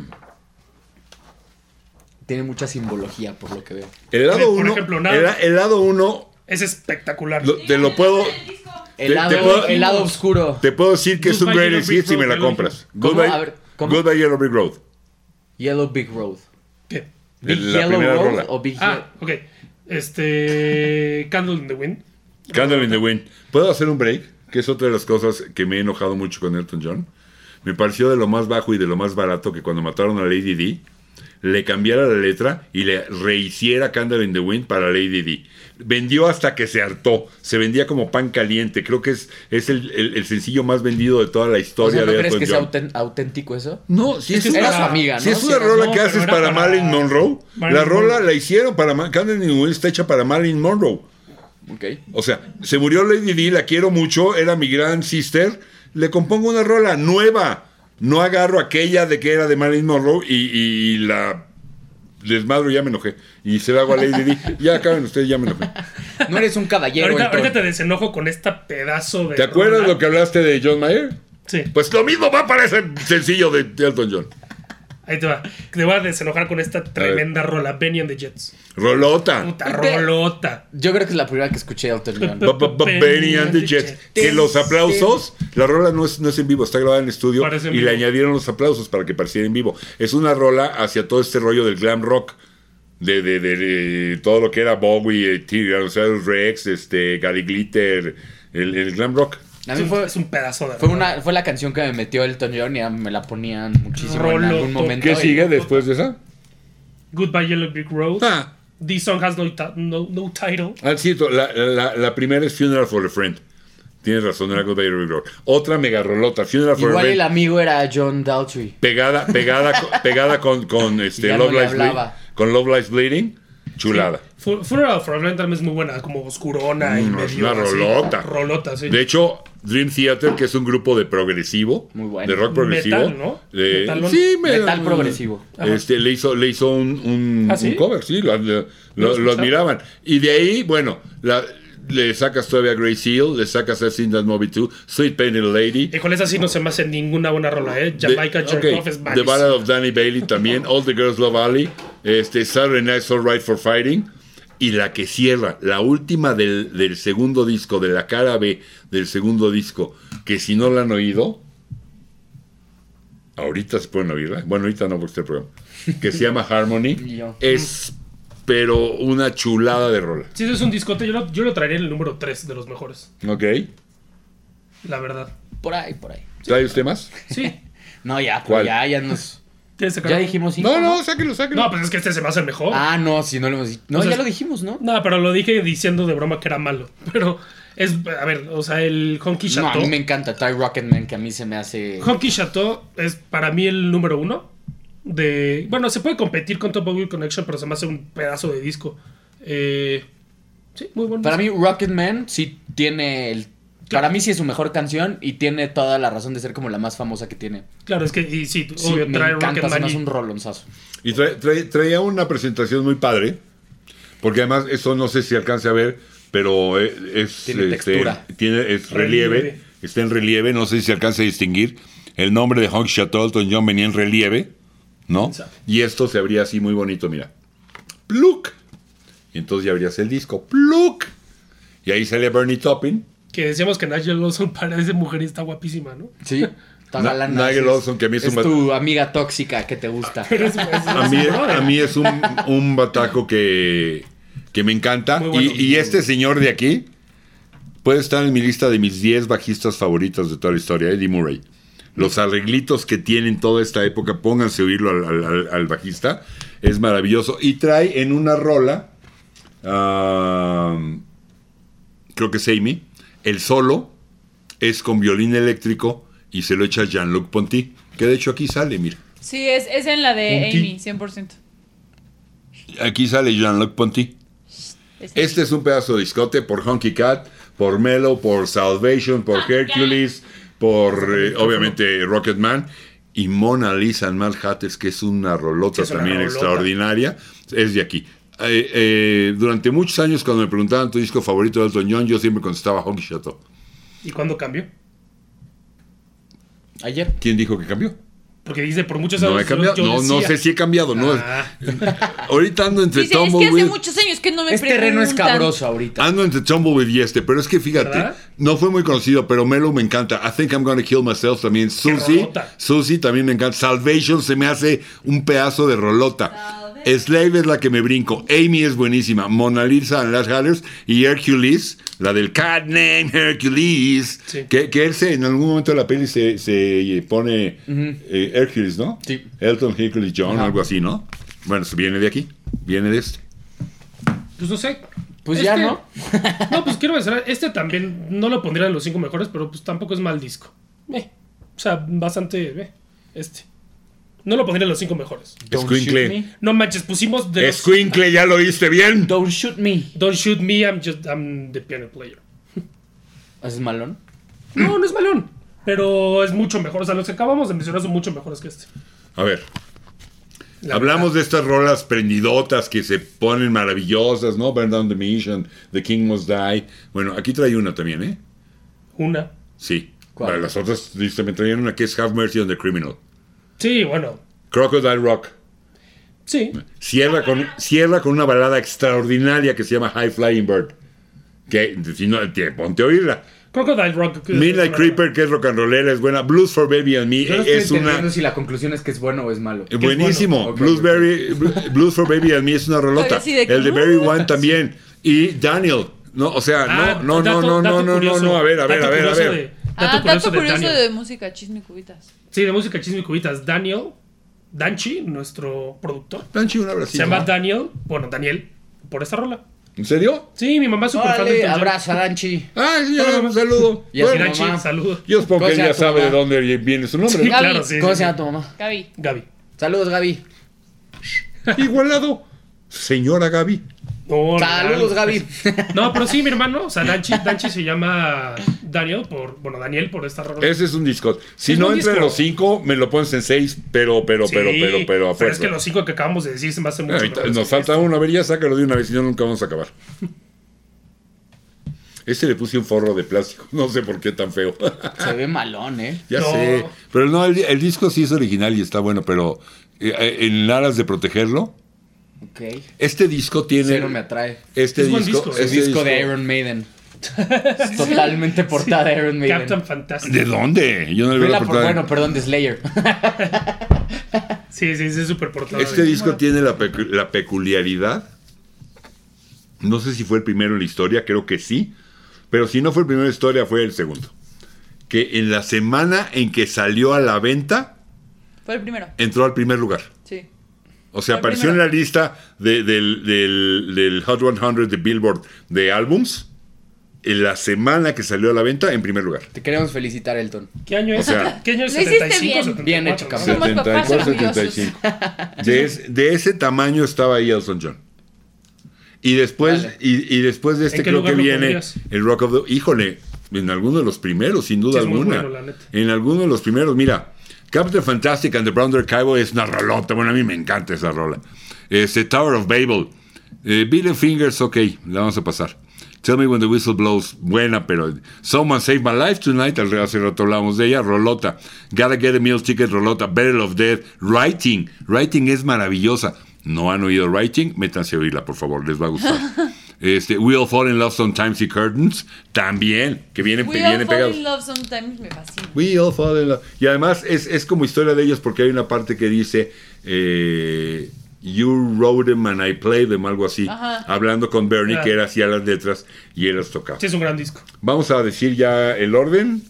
S2: Tiene mucha simbología, por lo que veo.
S1: El lado
S3: Por
S1: uno.
S3: ejemplo, nada.
S1: el, el lado uno.
S3: Es espectacular.
S1: lo- te lo puedo.
S2: El,
S1: Te-
S2: lado,
S1: te puedo-
S2: el lado oscuro.
S1: Te puedo decir que es un
S3: Goodbye
S1: greatest
S3: Yellow Brick
S1: hit si me
S3: Road,
S1: la
S3: ya lo dije.
S1: compras.
S2: ¿Cómo?
S1: Goodbye,
S2: A ver, ¿cómo?
S1: Goodbye Yellow Brick Road.
S2: Yellow Big Road.
S3: ¿Qué?
S2: Big
S1: La
S2: Yellow
S1: primera
S2: Road
S1: rola.
S2: o Big
S3: Ah, ok. Este. Candle in the Wind.
S1: Candle in the Wind. ¿Puedo hacer un break? Que es otra de las cosas que me he enojado mucho con Elton John. Me pareció de lo más bajo y de lo más barato que cuando mataron a Lady D, le cambiara la letra y le rehiciera Candle in the Wind para Lady D. Vendió hasta que se hartó. Se vendía como pan caliente. Creo que es, es el, el- el sencillo más vendido de toda la
S2: O sea,
S1: historia
S2: ¿no
S1: de
S2: crees
S1: Elton
S2: que sea
S1: John.
S2: auten- auténtico eso?
S1: No, si es,
S3: Es que
S1: una,
S2: era su amiga,
S1: si
S2: ¿no?
S1: es
S2: Sí,
S1: una
S2: era-
S1: rola
S3: no,
S1: que
S3: pero
S1: haces
S3: era
S1: para,
S3: para-
S1: Marilyn Monroe.
S3: Marilyn
S1: la rola
S3: Monroe.
S1: la hicieron para Ma- Candle in the Wind, está hecha para Marilyn Monroe.
S2: Ok.
S1: O sea, se murió Lady Di, la quiero mucho, era mi gran sister. Le compongo una rola nueva. No agarro aquella de que era de Marilyn Monroe y, y la desmadro, ya me enojé. Y se la hago a Lady Di. Ya acaben ustedes, ya me enojé.
S2: No eres un caballero.
S3: Ahorita,
S2: Elton.
S3: ahorita te desenojo con esta pedazo de.
S1: ¿Te acuerdas
S3: rola.
S1: lo que hablaste de John Mayer?
S3: Sí,
S1: Pues lo mismo va para ese sencillo de Elton John.
S3: ahí te va. Te voy a desenojar con esta tremenda rola. Benny and the Jets.
S1: Rolota.
S3: Puta rolota.
S2: Yo creo que es la primera que escuché de Elton John.
S1: Ba- ba- ba- Benny and the Jets. Que los aplausos, la rola no es, no es en vivo, está grabada en estudio
S3: Parece en
S1: y le
S3: vivo.
S1: añadieron los aplausos para que pareciera en vivo. Es una rola hacia todo este rollo del glam rock. De, de- de- de todo lo que era Bowie, eh, T- o sea, Rex, este, Gary Glitter, el, el glam rock.
S2: A mí fue,
S3: es un pedazo de
S2: fue,
S3: rola.
S2: una, fue la canción que me metió Elton John y ya me la ponían muchísimo en
S3: Rolo,
S2: algún momento.
S1: ¿Qué
S2: y-
S1: sigue después de esa?
S3: Goodbye Yellow Brick Road.
S1: Ah,
S3: This song has no, ti- no, no title.
S1: ah, sí, la, la- la primera es Funeral for a Friend. Tienes razón, era Goodbye Rock. Rock. Otra mega rolota, Funeral for
S2: Igual
S1: a
S2: el
S1: Friend.
S2: amigo era John Daltrey.
S1: Pegada, pegada, co- pegada con, con, este,
S2: Ya no
S1: Love
S2: le
S1: Lies Ble-
S2: hablaba.
S1: con Love Lies Bleeding. Chulada.
S3: Fu- Funeral for a Friend también es muy buena, como oscurona y
S1: Mm,
S3: medio.
S1: es una
S3: así.
S1: rolota.
S3: Rolota, sí.
S1: De hecho, Dream Theater, que es un grupo de progresivo,
S2: Muy bueno.
S1: de rock progresivo,
S3: Metal, ¿no?
S1: de-
S3: Metalón.
S1: sí, me-
S2: Metal progresivo.
S1: Este, le hizo, le hizo un, un-
S3: ¿Ah, sí?
S1: un cover, sí, lo, lo- lo- lo
S3: escuchaba?
S1: admiraban. Y de ahí, bueno, la- le sacas todavía Grey Seal, le sacas I've Seen That Movie Too, Sweet Painted Lady,
S3: Híjole, esa sí no se me hace ninguna buena rola, ¿eh?
S1: The-
S3: Jamaica
S1: ok,
S3: Jerk Off es
S1: The
S3: malísima.
S1: Ballad of Danny Bailey también, All the Girls Love Alley, este, Saturday Night's All Right for Fighting, y la que cierra, la última del, del segundo disco, de la cara B del segundo disco, que si no la han oído, ahorita se pueden oírla, bueno, ahorita no por este programa, que se llama
S2: Y
S1: Harmony,
S2: yo.
S1: es pero una chulada de rola,
S3: Sí, ese es un discote, yo lo, yo lo traería en el número 3 de los mejores,
S1: ¿ok?
S3: la verdad.
S2: Por ahí, por ahí.
S1: ¿Trae usted más?
S3: Sí.
S2: No, ya, pues,
S1: ¿Cuál?
S2: ya, ya nos.
S3: ¿Tienes que
S2: Ya
S3: sacar-
S2: dijimos cinco,
S1: No, no, sáquelo, sáquelo.
S3: No, pues es que este se me hace el mejor.
S2: Ah, no, si no lo hemos dicho. No,
S3: O sea,
S2: ya
S3: es-
S2: lo dijimos, ¿no?
S3: No, pero lo dije diciendo de broma que era malo. Pero es, a ver, o sea, el Honky
S2: No, a
S3: Chateau.
S2: mí me encanta Ty Rocketman, que a mí se me hace.
S3: Honky Chateau es para mí el número uno. De, bueno, se puede competir con Top Bowie Connection, pero se me hace un pedazo de disco. Eh, sí, muy bueno.
S2: Para mí, Rocketman sí tiene el. Para mí sí es su mejor canción y tiene toda la razón de ser como la más famosa que tiene.
S3: Claro, es que y, sí,
S2: Sí,
S3: obvio,
S2: me
S3: trae
S2: encanta, se me
S3: Rocketman.
S2: hace
S3: y-
S2: un rolonzazo.
S1: Y trae- trae- traía una presentación muy padre, porque además eso no sé si alcance a ver, pero e- es,
S2: Tiene textura.
S1: tiene- es relieve,
S3: Relieve.
S1: está en relieve, no sé si se alcanza a distinguir. El nombre de Hawk Chateau Elton John venía en relieve, ¿no?
S3: Exacto.
S1: Y esto se abría así muy bonito, mira. ¡Pluk! Y entonces ya abrías el disco. ¡Pluk! Y ahí sale Bernie Toppin.
S3: Que decíamos que Nigel Lawson parece mujer y está guapísima, ¿no?
S2: Sí. Está
S1: Na-
S2: galana,
S1: Nigel
S2: sí, es-
S1: Olsen, que a mí es un bat-
S2: tu amiga tóxica que te gusta.
S3: Pero es- es-
S1: A mí, a mí es un, un bataco que, que me encanta.
S3: Muy bueno.
S1: y, y este señor de aquí puede estar en mi lista de mis 10 bajistas favoritos de toda la historia, ¿eh? Eddie Murray. Los arreglitos que tienen toda esta época, pónganse a oírlo al, al- al- al bajista. Es maravilloso. Y trae en una rola, ah, creo que es Amy, el solo es con violín eléctrico y se lo echa Jean-Luc Ponty, que de hecho aquí sale, mira.
S4: Sí, es, es en la de
S1: Punky.
S4: Amy, 100%.
S1: Aquí sale Jean-Luc Ponty.
S4: Es
S1: Este es un pedazo de discote por Honky Cat, por Mellow, por Salvation, por Hercules, por eh, obviamente Rocketman y Mona Lisa en Malhates, que es una rolota
S3: Sí, es una
S1: también
S3: rolota.
S1: extraordinaria. Es de aquí. Eh, eh, durante muchos años, cuando me preguntaban tu disco favorito de Elton John, yo siempre contestaba Honky Chateau.
S3: ¿Y cuándo cambió?
S2: Ayer.
S1: ¿Quién dijo que cambió?
S3: Porque dice, por muchos
S1: No he cambiado.
S3: yo
S1: No, no
S3: decía-
S1: sé si he cambiado. No.
S3: Ah,
S1: Ahorita ando entre
S4: Dice, es que hace
S1: Tumbleweed-
S4: muchos años que no me
S2: Este terreno es
S4: preguntan.
S2: cabroso ahorita.
S1: Ando entre Tumbleweed y este, pero es que fíjate,
S3: ¿Verdad?
S1: no fue muy conocido, pero Melo me encanta. I think I'm gonna kill myself también. Susie,
S3: rolota.
S1: Susie también me encanta. Salvation se me hace un pedazo de rolota. Slave es la que me brinco. Amy es buenísima. Mona Lisa and Las Hallers y Hercules, la del cat name Hercules,
S3: Sí.
S1: que, que él se, en algún momento de la peli se, se pone eh, Hercules, ¿no?
S2: Sí.
S1: Elton Hercules John, algo así, ¿no? Bueno, viene de aquí, viene de este.
S3: pues no sé.
S2: Pues ya, ¿no?
S3: No, pues quiero mencionar, este también no lo pondría en los cinco mejores, pero pues tampoco es mal disco. Eh, o sea, bastante, eh, este. No lo pondría en los cinco mejores.
S2: Don't
S1: Escuincle.
S2: shoot me.
S3: No manches, pusimos de los-
S1: Escuincle, ya lo oíste bien.
S2: Don't shoot me.
S3: Don't shoot me, I'm just I'm the piano player.
S2: ¿Haces malón?
S3: No, no es malón. Pero es mucho mejor. O sea, los que acabamos de mencionar son mucho mejores que este.
S1: A ver,
S3: La
S1: hablamos de estas rolas prendidotas que se ponen maravillosas, ¿no? Burn Down the Mission, The King Must Die. Bueno, aquí trae una también, ¿eh?
S3: verdad. Una.
S1: Sí.
S2: ¿Cuál?
S1: Para las otras dice, me traían una que es Have Mercy on the Criminal.
S3: Sí, bueno.
S1: Crocodile Rock.
S3: Sí.
S1: Cierra con, cierra con una balada extraordinaria que se llama High Flying Bird. Que, si no, te- ponte a oírla.
S3: Crocodile Rock. que-
S1: Midnight Creeper, que es rock and rollera, es buena. Blues for Baby and Me
S2: Yo no estoy
S1: Eh, es una...
S2: entendiendo si la conclusión es que es bueno o es malo.
S1: Eh, Buenísimo.
S2: bueno. Ok,
S1: Bluesberry, Blu- Blues for Baby and Me es una rolota.
S4: Estoy así de que,
S1: el de Barry
S4: "Uh".
S1: One también. Y Daniel. No, o sea,
S3: Ah,
S1: no, no,
S3: dato-
S1: no, no, no,
S3: dato
S1: no, no,
S3: curioso.
S1: no, a ver, a ver,
S3: Dato
S1: a ver, a
S3: curioso
S1: ver.
S3: de-
S4: Ah,
S3: dato curioso de Daniel.
S4: de música, chisme y cubitas.
S3: Sí, de música chisme y cubitas. Daniel, Danchi, nuestro productor,
S1: Panchi, un abracito.
S3: se llama Daniel, bueno, Daniel, por esta rola.
S1: ¿En serio?
S3: Sí, mi mamá es súper fan de
S2: Órale,
S3: Elton John.
S2: abrazo a Danchi.
S1: Ah, sí, ya, un saludo.
S2: Y a
S3: Y
S1: Bueno,
S2: Sinach- Mamá.
S3: Danchi, saludo.
S1: yo supongo que
S2: ¿Cómo se
S1: él ya
S2: llama tu
S1: sabe de
S2: mamá?
S1: dónde viene su nombre.
S3: Sí,
S1: ¿no?
S4: Gaby.
S3: claro, sí.
S2: ¿Cómo
S3: sí,
S2: se llama
S3: sí.
S2: tu mamá?
S4: Gaby.
S3: Gaby.
S2: Saludos, Gaby.
S1: Igualado. Señora Gaby.
S3: No,
S2: Saludos,
S3: no,
S2: Gaby.
S3: No, pero sí, mi hermano, o sea, Danchi, Danchi se llama Daniel por, bueno, Daniel por esta rola.
S1: Ese es un disco. Si
S3: Es
S1: no
S3: un
S1: entra en
S3: disco.
S1: los cinco, me lo pones en seis, pero, pero,
S3: Sí,
S1: pero, pero, pero, a
S3: es
S1: fuerza.
S3: que los cinco que acabamos de decir se me hace mucho.
S1: Ahorita
S3: mejor.
S1: nos falta uno, a ver, ya sácalo de una vez, si no nunca vamos a acabar. Este le puse un forro de plástico, no sé por qué tan feo.
S2: Se ve malón, ¿eh?
S1: ya
S3: No.
S1: sé. Pero no, el, el disco sí es original y está bueno, pero eh, eh, en aras de protegerlo,
S2: Ok.
S1: este disco tiene.
S2: Cero me atrae.
S1: Este
S3: Es
S1: disco,
S3: buen disco,
S1: este
S2: Es disco de Iron Maiden. Es Totalmente portada de Iron Maiden.
S3: Captain Fantastic.
S1: ¿De dónde? Yo no le veo
S2: Vela
S1: la
S2: por
S1: portada.
S2: bueno, perdón, de Slayer.
S3: Sí, sí, sí, es súper portada.
S1: Este disco tiene la, pecu- la peculiaridad. No sé si fue el primero en la historia, creo que sí. Pero si no fue el primero en la historia, fue el segundo. Que en la semana en que salió a la venta,
S4: Fue el primero.
S1: entró al primer lugar.
S4: Sí.
S1: O sea,
S4: Fue el
S1: apareció en
S4: primero.
S1: la lista de- del, del- del Hot 100 de Billboard de álbums. En la semana que salió a la venta, en primer lugar.
S2: Te queremos felicitar, Elton.
S3: ¿Qué año
S1: O
S3: es?
S1: sea,
S3: ¿Qué año es?
S4: lo hiciste
S3: 75, 74,
S4: bien.
S2: Bien hecho,
S3: ¿no?
S2: cabrón.
S4: Somos papás
S1: 74,
S4: orgullosos.
S1: 75. De, es- de ese tamaño estaba ahí Elton John. Y después,
S2: Dale.
S1: y, y después de este
S3: ¿En qué
S1: creo que
S3: lugar lo
S1: viene
S3: pondrías?
S1: el Rock of the... Híjole, en alguno de los primeros, sin duda
S3: Sí, es muy
S1: alguna.
S3: bueno, la neta.
S1: en alguno de los primeros, mira, Captain Fantastic and the Brown Cowboy es una rolota. Bueno, a mí me encanta esa rola. Este, Tower of Babel. Eh, Bill and Fingers, ok, la vamos a pasar. Tell Me When the Whistle Blows, buena, pero Someone Save My Life Tonight, al hace rato hablamos de ella, Rolota, Gotta Get a Meal Ticket, Rolota, Battle of Death, Writing, Writing es maravillosa. No han oído Writing, métanse a oírla, por favor, les va a gustar. Este, We'll Fall in Love Sometimes y Curtains, también, que vienen,
S4: We
S1: vienen
S4: all fall
S1: pegados.
S4: in love sometimes me fascina.
S1: We all fall in love. Y además es, es como historia de ellos porque hay una parte que dice eh, You wrote them and I played them, algo así.
S4: Ajá.
S1: Hablando con Bernie,
S3: Ah.
S1: que él hacía las letras y él las tocaba.
S3: Sí, es un gran disco.
S1: Vamos a decir ya el orden.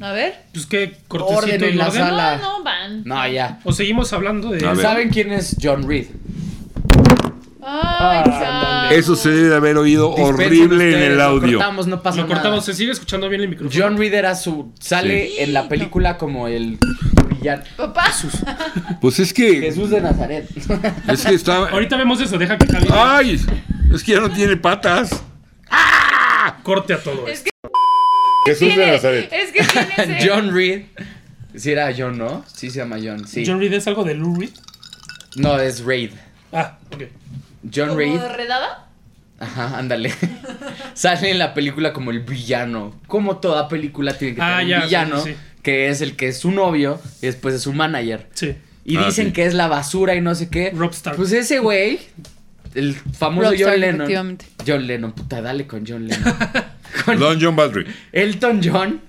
S4: A ver.
S3: Pues qué
S2: Orden
S3: cortecito
S2: en
S3: el
S2: la
S3: orden.
S2: sala. Ala.
S4: No, no, van.
S2: No, ya.
S3: O seguimos hablando de.
S1: A ver.
S2: ¿Saben quién es John Reed? Ah,
S4: Ay, chavo.
S1: Eso se debe de haber oído
S2: Dispensen
S1: horrible en
S2: ustedes,
S1: el
S2: lo
S1: audio.
S2: cortamos, no pasa
S3: Lo cortamos,
S2: nada.
S3: se sigue escuchando bien el micrófono.
S2: John Reed era su. sale
S4: Sí.
S2: en la película como el villano.
S4: Papá.
S1: Pues es que
S2: Jesús de Nazaret.
S1: es que estaba.
S3: Ahorita vemos eso, deja que Javi
S1: Ay, es que ya no tiene patas.
S3: corte a todo
S4: Es
S3: esto.
S4: que
S1: Jesús de
S4: tiene.
S1: Nazaret.
S4: Es que tiene. ese-
S2: John Reed. Sí, era John, ¿no? Sí, se llama John. Sí.
S3: John Reed es algo de Lou Reed.
S2: No, es Reed.
S3: Ah, ok.
S2: John
S4: ¿Como
S2: Reed.
S4: de redada?
S2: Ajá, ándale. Sale en la película como el villano. Como toda película tiene que
S3: Ah,
S2: tener
S3: ya,
S2: un
S3: sí,
S2: villano.
S3: sí.
S2: Que es el que es su novio y después es su manager.
S3: Sí.
S2: Y
S1: Ah,
S2: dicen
S1: sí.
S2: que es la basura y no sé qué.
S3: Rob Stark.
S2: Pues ese güey, el famoso
S4: Rockstar,
S2: John Lennon.
S4: efectivamente.
S2: John Lennon, puta, dale con John Lennon.
S1: Don John Battery.
S2: Elton John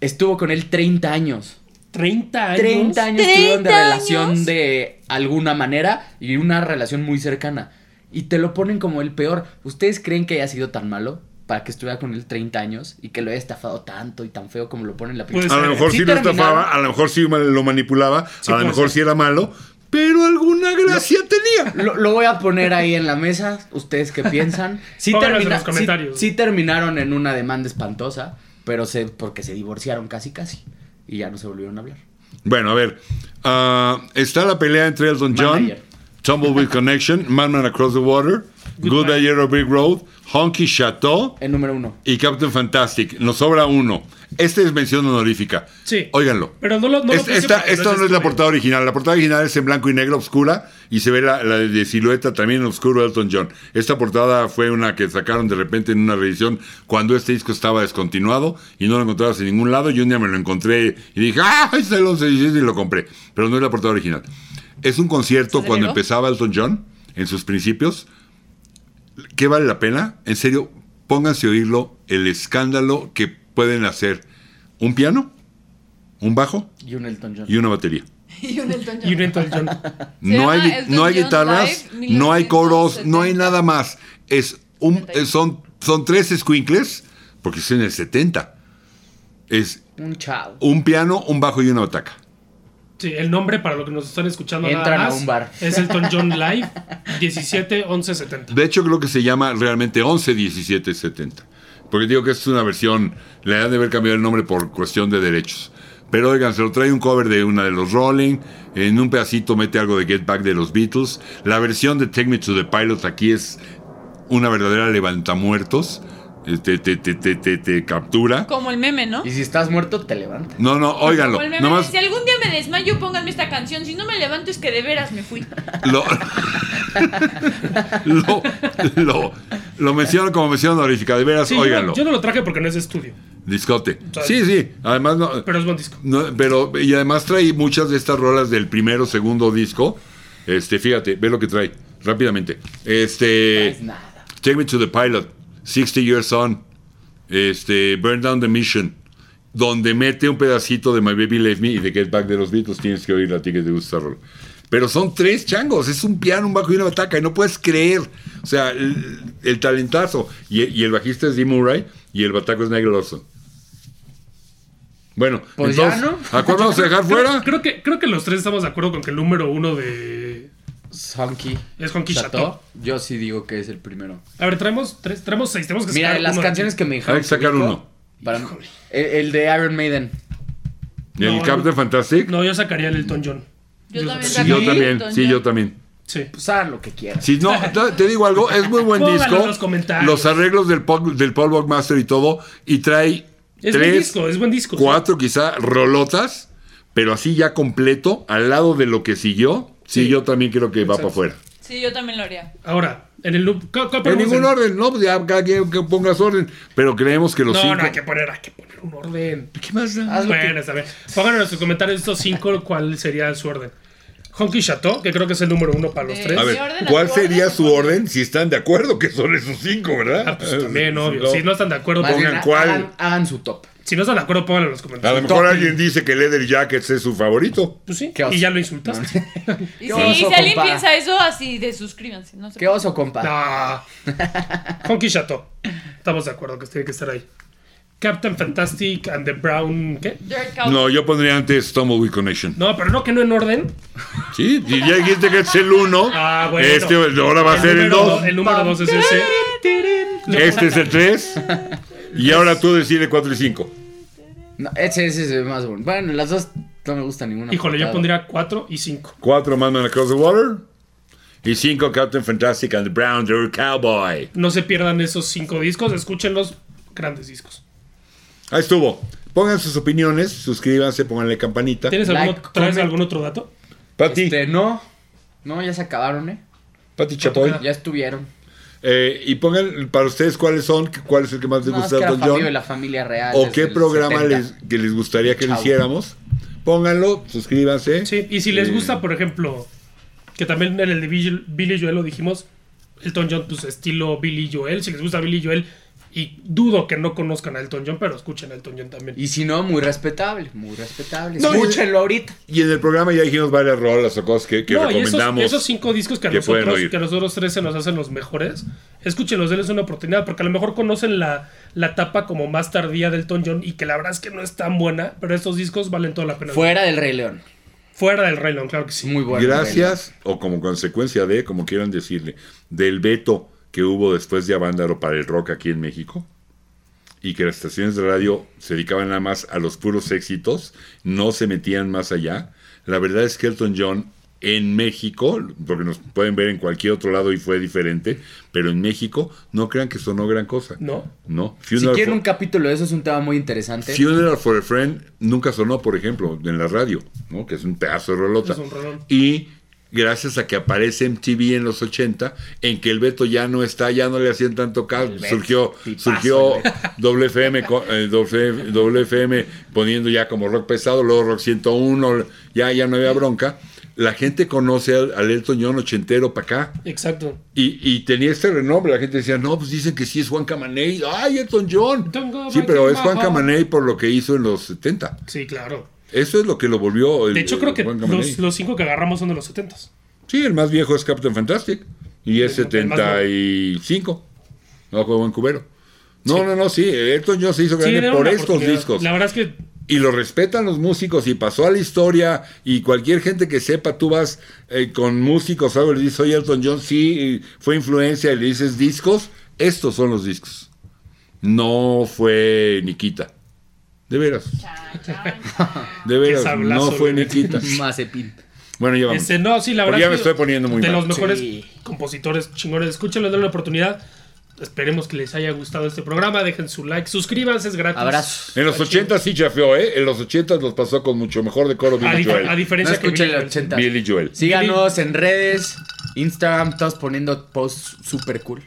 S2: estuvo con él 30 años.
S3: 30 años.
S2: 30 años tuvieron de
S4: 30
S2: relación
S4: años.
S2: de alguna manera y una relación muy cercana. Y te lo ponen como el peor. ¿Ustedes creen que haya sido tan malo para que estuviera con él 30 años y que lo haya estafado tanto y tan feo como lo ponen en la película?
S3: Pues,
S1: A lo mejor sí,
S2: Sí
S1: lo
S2: terminaron.
S1: estafaba, a lo mejor sí ma- lo manipulaba,
S3: Sí,
S1: a lo
S3: puede
S1: mejor
S3: ser.
S1: sí era malo, pero alguna gracia tenía.
S2: Lo, lo voy a poner ahí en la mesa. ¿Ustedes qué piensan? Sí,
S3: Pónganos en
S2: termina-
S3: los comentarios.
S2: sí- sí terminaron en una demanda espantosa, pero se, porque se divorciaron casi casi y ya no se volvieron a hablar.
S1: Bueno, a ver. ah, está la pelea entre Elton John,
S2: Manager.
S1: Tumbleweed Connection, Madman Across the Water,
S3: Goodbye.
S1: Goodbye Yellow Brick Road, Honky Chateau
S2: El número uno.
S1: y Captain Fantastic. Nos sobra uno. Esta es mención honorífica.
S3: Sí.
S1: Óiganlo.
S3: Pero no lo. No lo
S1: Es-
S3: aprecien
S1: esta-
S3: porque
S1: esto no es la
S3: estúpido.
S1: portada original. La portada original es en blanco y negro, oscura, y se ve la, la de silueta también en oscuro de Elton John. Esta portada fue una que sacaron de repente en una reedición cuando este disco estaba descontinuado y no lo encontrabas en ningún lado. Y un día me lo encontré y dije, ¡ah! Este es el 1116", y lo compré. Pero no es la portada original. Es un concierto
S4: ¿Se
S1: cuando
S4: reveló?
S1: empezaba Elton John, en sus principios. ¿Qué vale la pena? En serio, pónganse a oírlo el escándalo que pueden hacer un piano, un bajo
S2: Y un Elton John.
S1: y una batería.
S4: Y un Elton John.
S3: Y un Elton John.
S1: No
S4: llama
S1: hay,
S4: Elton
S1: no hay
S4: John
S1: guitarras,
S4: Live
S1: no hay coros, no hay
S4: 1970.
S1: nada más. Es un, eh, son, son tres squinkles, porque es en el 70. Es
S2: Un chao.
S1: un piano, un bajo y una bataca.
S3: Sí, el nombre para lo que nos están escuchando nada
S2: Entran a
S3: más
S2: un bar.
S3: es Elton John Live 17 11 70.
S1: De hecho, creo que se llama realmente 11 17 70. Porque digo que es una versión, le han de haber cambiado el nombre por cuestión de derechos. Pero oigan, se lo trae un cover de una de los Rolling, en un pedacito mete algo de Get Back de los Beatles. La versión de Take Me to the Pilot aquí es una verdadera levantamuertos. Eh, Te, te, te, te, te, te captura.
S4: Como el meme, ¿no?
S2: Y si estás muerto, te levantas.
S1: No, no, óiganlo.
S4: Como el meme de,
S1: Nomás
S4: Si algún día me desmayo, pónganme esta canción. Si no me levanto, es que de veras me fui.
S1: lo, lo, lo, lo menciono como mención honorífica. De veras,
S3: Sí, yo,
S1: óiganlo.
S3: yo no lo traje porque no es de estudio,
S1: Discote.
S3: sea,
S1: Sí, sí. Además, no,
S3: pero es buen disco.
S1: no, pero y además trae muchas de estas rolas del primero, segundo disco. Este, fíjate, ve lo que trae rápidamente. Este,
S2: Es nada.
S1: Take Me to the Pilot, 60 Years On, este, Burn Down the Mission, donde mete un pedacito de My Baby Left Me y de Get Back de los Beatles. Tienes que oírla a ti que te gusta esta rola. Pero son tres changos, es un piano, un bajo y una bataca, y no puedes creer. O sea, el, el talentazo. Y, y el bajista es Dee Murray y el bataco es Nick Lawson. Bueno,
S2: Pues ya,
S1: entonces,
S2: ¿no?
S1: ¿a cuál vamos a dejar
S3: Creo-
S1: fuera?
S3: Creo, que, creo que los tres estamos de acuerdo con que el número uno de.
S2: Honky.
S3: Es Honky Chateau.
S2: Yo sí digo que es el primero.
S3: A ver, traemos tres, traemos seis. Tenemos que
S2: Mira,
S3: sacar
S2: de las
S3: uno de
S2: canciones
S3: aquí.
S2: que me dijeron.
S1: Hay que sacar
S2: dijo,
S1: uno.
S2: para- el, el de Iron Maiden.
S1: ¿El
S3: no,
S1: Captain
S3: no.
S1: Fantastic?
S3: No, yo sacaría el Elton John.
S4: Yo también
S1: sí,
S4: saco
S1: yo
S4: el
S1: también,
S4: Elton
S1: sí,
S4: John.
S1: yo también.
S3: Sí.
S2: Pues hagan lo que quieran.
S1: Si no, te- te digo algo, es muy buen
S3: Pónganlo
S1: disco.
S3: en los comentarios.
S1: los arreglos del Paul, del Paul Buckmaster y todo, y trae
S3: Es buen
S1: tres,
S3: disco, es buen disco.
S1: cuatro quizá rolotas, pero así ya completo, al lado de lo que siguió. Sí,
S3: Sí.
S1: yo también creo que va
S3: Exacto.
S1: para afuera.
S4: Sí, yo también lo haría.
S3: Ahora, en el loop. ¿cu- cuál
S1: En
S3: ponemos
S1: ningún
S3: en-
S1: orden, no, pues ya cada quien que pongas orden. Pero creemos que los
S3: No,
S1: cinco.
S3: no, hay que poner, hay que poner un orden.
S1: ¿Qué más da?
S2: Haz lo que-
S3: Bueno, está bien. Pónganos en sus comentarios estos cinco cuál sería su orden. Honky Chateau, que creo que es el número uno para los
S4: Eh,
S3: tres.
S1: A ver,
S4: Mi orden, a
S1: ¿cuál
S4: tu
S1: sería
S4: orden,
S1: su
S4: mi orden.
S1: orden si están de acuerdo que son esos cinco, verdad?
S3: Ah, pues también,
S1: Eh,
S3: obvio. Si no están de acuerdo,
S2: Más
S1: pongan
S2: bien,
S1: cuál.
S2: Hagan, hagan su top.
S3: si no están de acuerdo, pónganlo en los
S1: A lo
S3: comentarios.
S1: mejor
S2: Topping.
S1: alguien dice que Leather Jackets es su favorito.
S3: Pues sí,
S2: Qué oso.
S3: y ya lo insultaste.
S2: Qué
S4: Y si,
S2: oso,
S4: si alguien
S2: compa.
S4: piensa eso, así de suscríbanse. No sé.
S2: Qué oso, compa.
S3: No. Honky Chateau. Estamos de acuerdo que tiene que estar ahí. Captain Fantastic and the Brown. ¿Qué?
S4: Dirt Cow.
S1: No, yo pondría antes Tumbleweed Connection.
S3: No, pero no, que no en orden.
S1: Sí, si ya dijiste que es el uno,
S3: Ah, bueno.
S1: este ahora va a ser el
S3: número
S1: dos.
S3: do- el número dos es ese.
S1: Este es el 3. Y ahora tú decides 4 y 5.
S2: No, ese, ese es el más bueno. Bueno, las dos no me gustan ninguna.
S3: Híjole, yo
S2: portada.
S3: pondría 4 y 5.
S1: 4 Mandan Across the Water. Y 5 Captain Fantastic and the Brown Deer Cowboy.
S3: No se pierdan esos 5 discos, escuchen los grandes discos.
S1: Ahí estuvo. Pongan sus opiniones, suscríbanse, pónganle campanita.
S3: ¿Tienes
S2: Like,
S3: alguno, traes
S2: comment.
S3: algún otro dato?
S1: Pati,
S2: Este, no. No, ya se acabaron, ¿eh?
S1: Pati Chapoy.
S2: Ya estuvieron.
S1: Eh, y pongan para ustedes cuáles son, cuál es el que más les
S2: No, es
S1: gusta
S2: que era
S1: Elton
S2: Fabio y
S1: John.
S2: la familia real.
S1: O
S2: desde
S1: qué
S2: el
S1: programa
S2: 70.
S1: les, que les gustaría que le
S2: Chavo.
S1: hiciéramos. Pónganlo, suscríbanse.
S3: Sí, y si les
S1: Eh,
S3: gusta, por ejemplo, que también en el de Billy Billy Joel lo dijimos, Elton John, pues estilo Billy Joel. Si les gusta Billy Joel, y dudo que no conozcan a Elton John, pero escuchen a Elton John también.
S2: Y si no, muy respetable. Muy respetable.
S1: No,
S2: Escúchenlo ahorita.
S1: Y en el programa ya dijimos varias rolas o cosas que, que
S3: No, y esos-
S1: recomendamos.
S3: esos, cinco discos que a,
S1: que pueden
S3: nosotros,
S1: oír.
S3: que a nosotros tres se nos hacen los mejores, escúchenlos, denles una oportunidad, porque a lo mejor conocen la, la etapa como más tardía del Elton John y que la verdad es que no es tan buena, pero estos discos valen toda la pena.
S2: Fuera del Rey León.
S3: Fuera del Rey León, claro que sí.
S2: Muy bueno.
S1: Gracias, o como consecuencia de, como quieran decirle, del veto que hubo después de Avándaro para el rock aquí en México, y que las estaciones de radio se dedicaban nada más a los puros éxitos, no se metían más allá. La verdad es que Elton John en México, porque nos pueden ver en cualquier otro lado y fue diferente, pero en México no crean que sonó gran cosa.
S3: ¿No?
S1: No.
S2: Rey León. Si
S1: Funeral
S2: quieren
S1: for-
S2: un capítulo de eso, es un tema muy interesante.
S1: Funeral for a Friend nunca sonó, por ejemplo, en la radio, ¿no? Que es un pedazo de rolota.
S3: Es un rolón.
S1: Y gracias a que aparece MTV en los 80, en que el Beto ya no está, ya no le hacían tanto caso,
S2: El Beto,
S1: surgió,
S2: tipazo,
S1: surgió
S2: el Beto.
S1: WFM, co- eh, WF- WFM poniendo ya como rock pesado, luego rock 101, ya, ya no había bronca. La gente conoce al, al Elton John ochentero para acá.
S3: Exacto.
S1: Y, y tenía este renombre, la gente decía, no, pues dicen que sí es Juan Camaney, ¡ay, Elton John!
S3: Don't go
S1: Sí,
S3: back
S1: pero
S3: in
S1: es
S3: my
S1: Juan
S3: heart.
S1: Camaney por lo que hizo en los 70.
S3: Sí, claro.
S1: Eso es lo que lo volvió el,
S3: De hecho, creo
S1: el
S3: que
S1: Juan Camaney.
S3: los, los cinco que agarramos son de los 70
S1: Sí, el más viejo es Captain Fantastic. Y es
S3: El más
S1: 75. No juego en cubero. No, no, no, sí. Elton John se hizo grande por estos discos.
S3: La verdad es que
S1: Y lo respetan los músicos y pasó a la historia. Y cualquier gente que sepa, tú vas eh, con músicos, algo, le dices, oye, Elton John sí fue influencia y le dices discos. Estos son los discos. No fue Nikita. De veras,
S4: Chan, chan.
S1: de veras.
S3: sablazo,
S1: No fue
S3: güey.
S1: Nikita.
S2: Mazepin.
S1: Bueno, ya vamos.
S3: Este, no, sí, la
S1: Porque
S3: verdad.
S1: ya
S3: es
S1: me
S3: que
S1: estoy poniendo muy
S3: De
S1: mal.
S3: los mejores
S2: Sí.
S3: compositores chingones. Escúchenlo, denle una oportunidad. Esperemos que les haya gustado este programa. Dejen su like, suscríbanse, es gratis.
S2: Abrazos.
S1: En los 80 sí chafeó, ¿eh? En los 80 los pasó con mucho mejor decoro
S3: A,
S1: Billy
S3: dif- a
S1: Joel.
S2: No
S3: diferencia que
S2: escuchen
S3: Billy
S2: los
S3: Joel.
S2: 80.
S1: Billy Joel.
S2: Síganos en redes, Instagram, estamos poniendo posts super cool.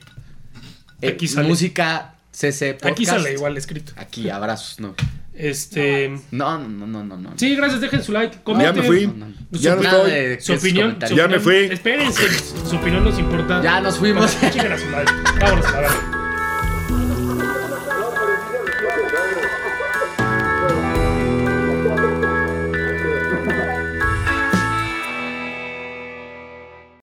S2: Eh,
S3: Aquí sale.
S2: Música CC Podcast.
S3: Aquí sale igual escrito.
S2: Aquí, abrazos, no.
S3: Este.
S2: No, no, no, no, no.
S3: Sí, gracias, dejen su like.
S1: Ya
S3: Comenten.
S1: me fui.
S2: No, no, no.
S1: Ya no
S2: Nada
S1: estoy.
S2: de-
S3: Su
S2: esos
S3: opinión. su
S2: comentarios.
S1: Ya me
S3: opinión-
S1: fui.
S3: Espérense, su opinión nos importa.
S2: Ya nos fuimos.
S3: Chingan a su like. Vámonos, a la verga.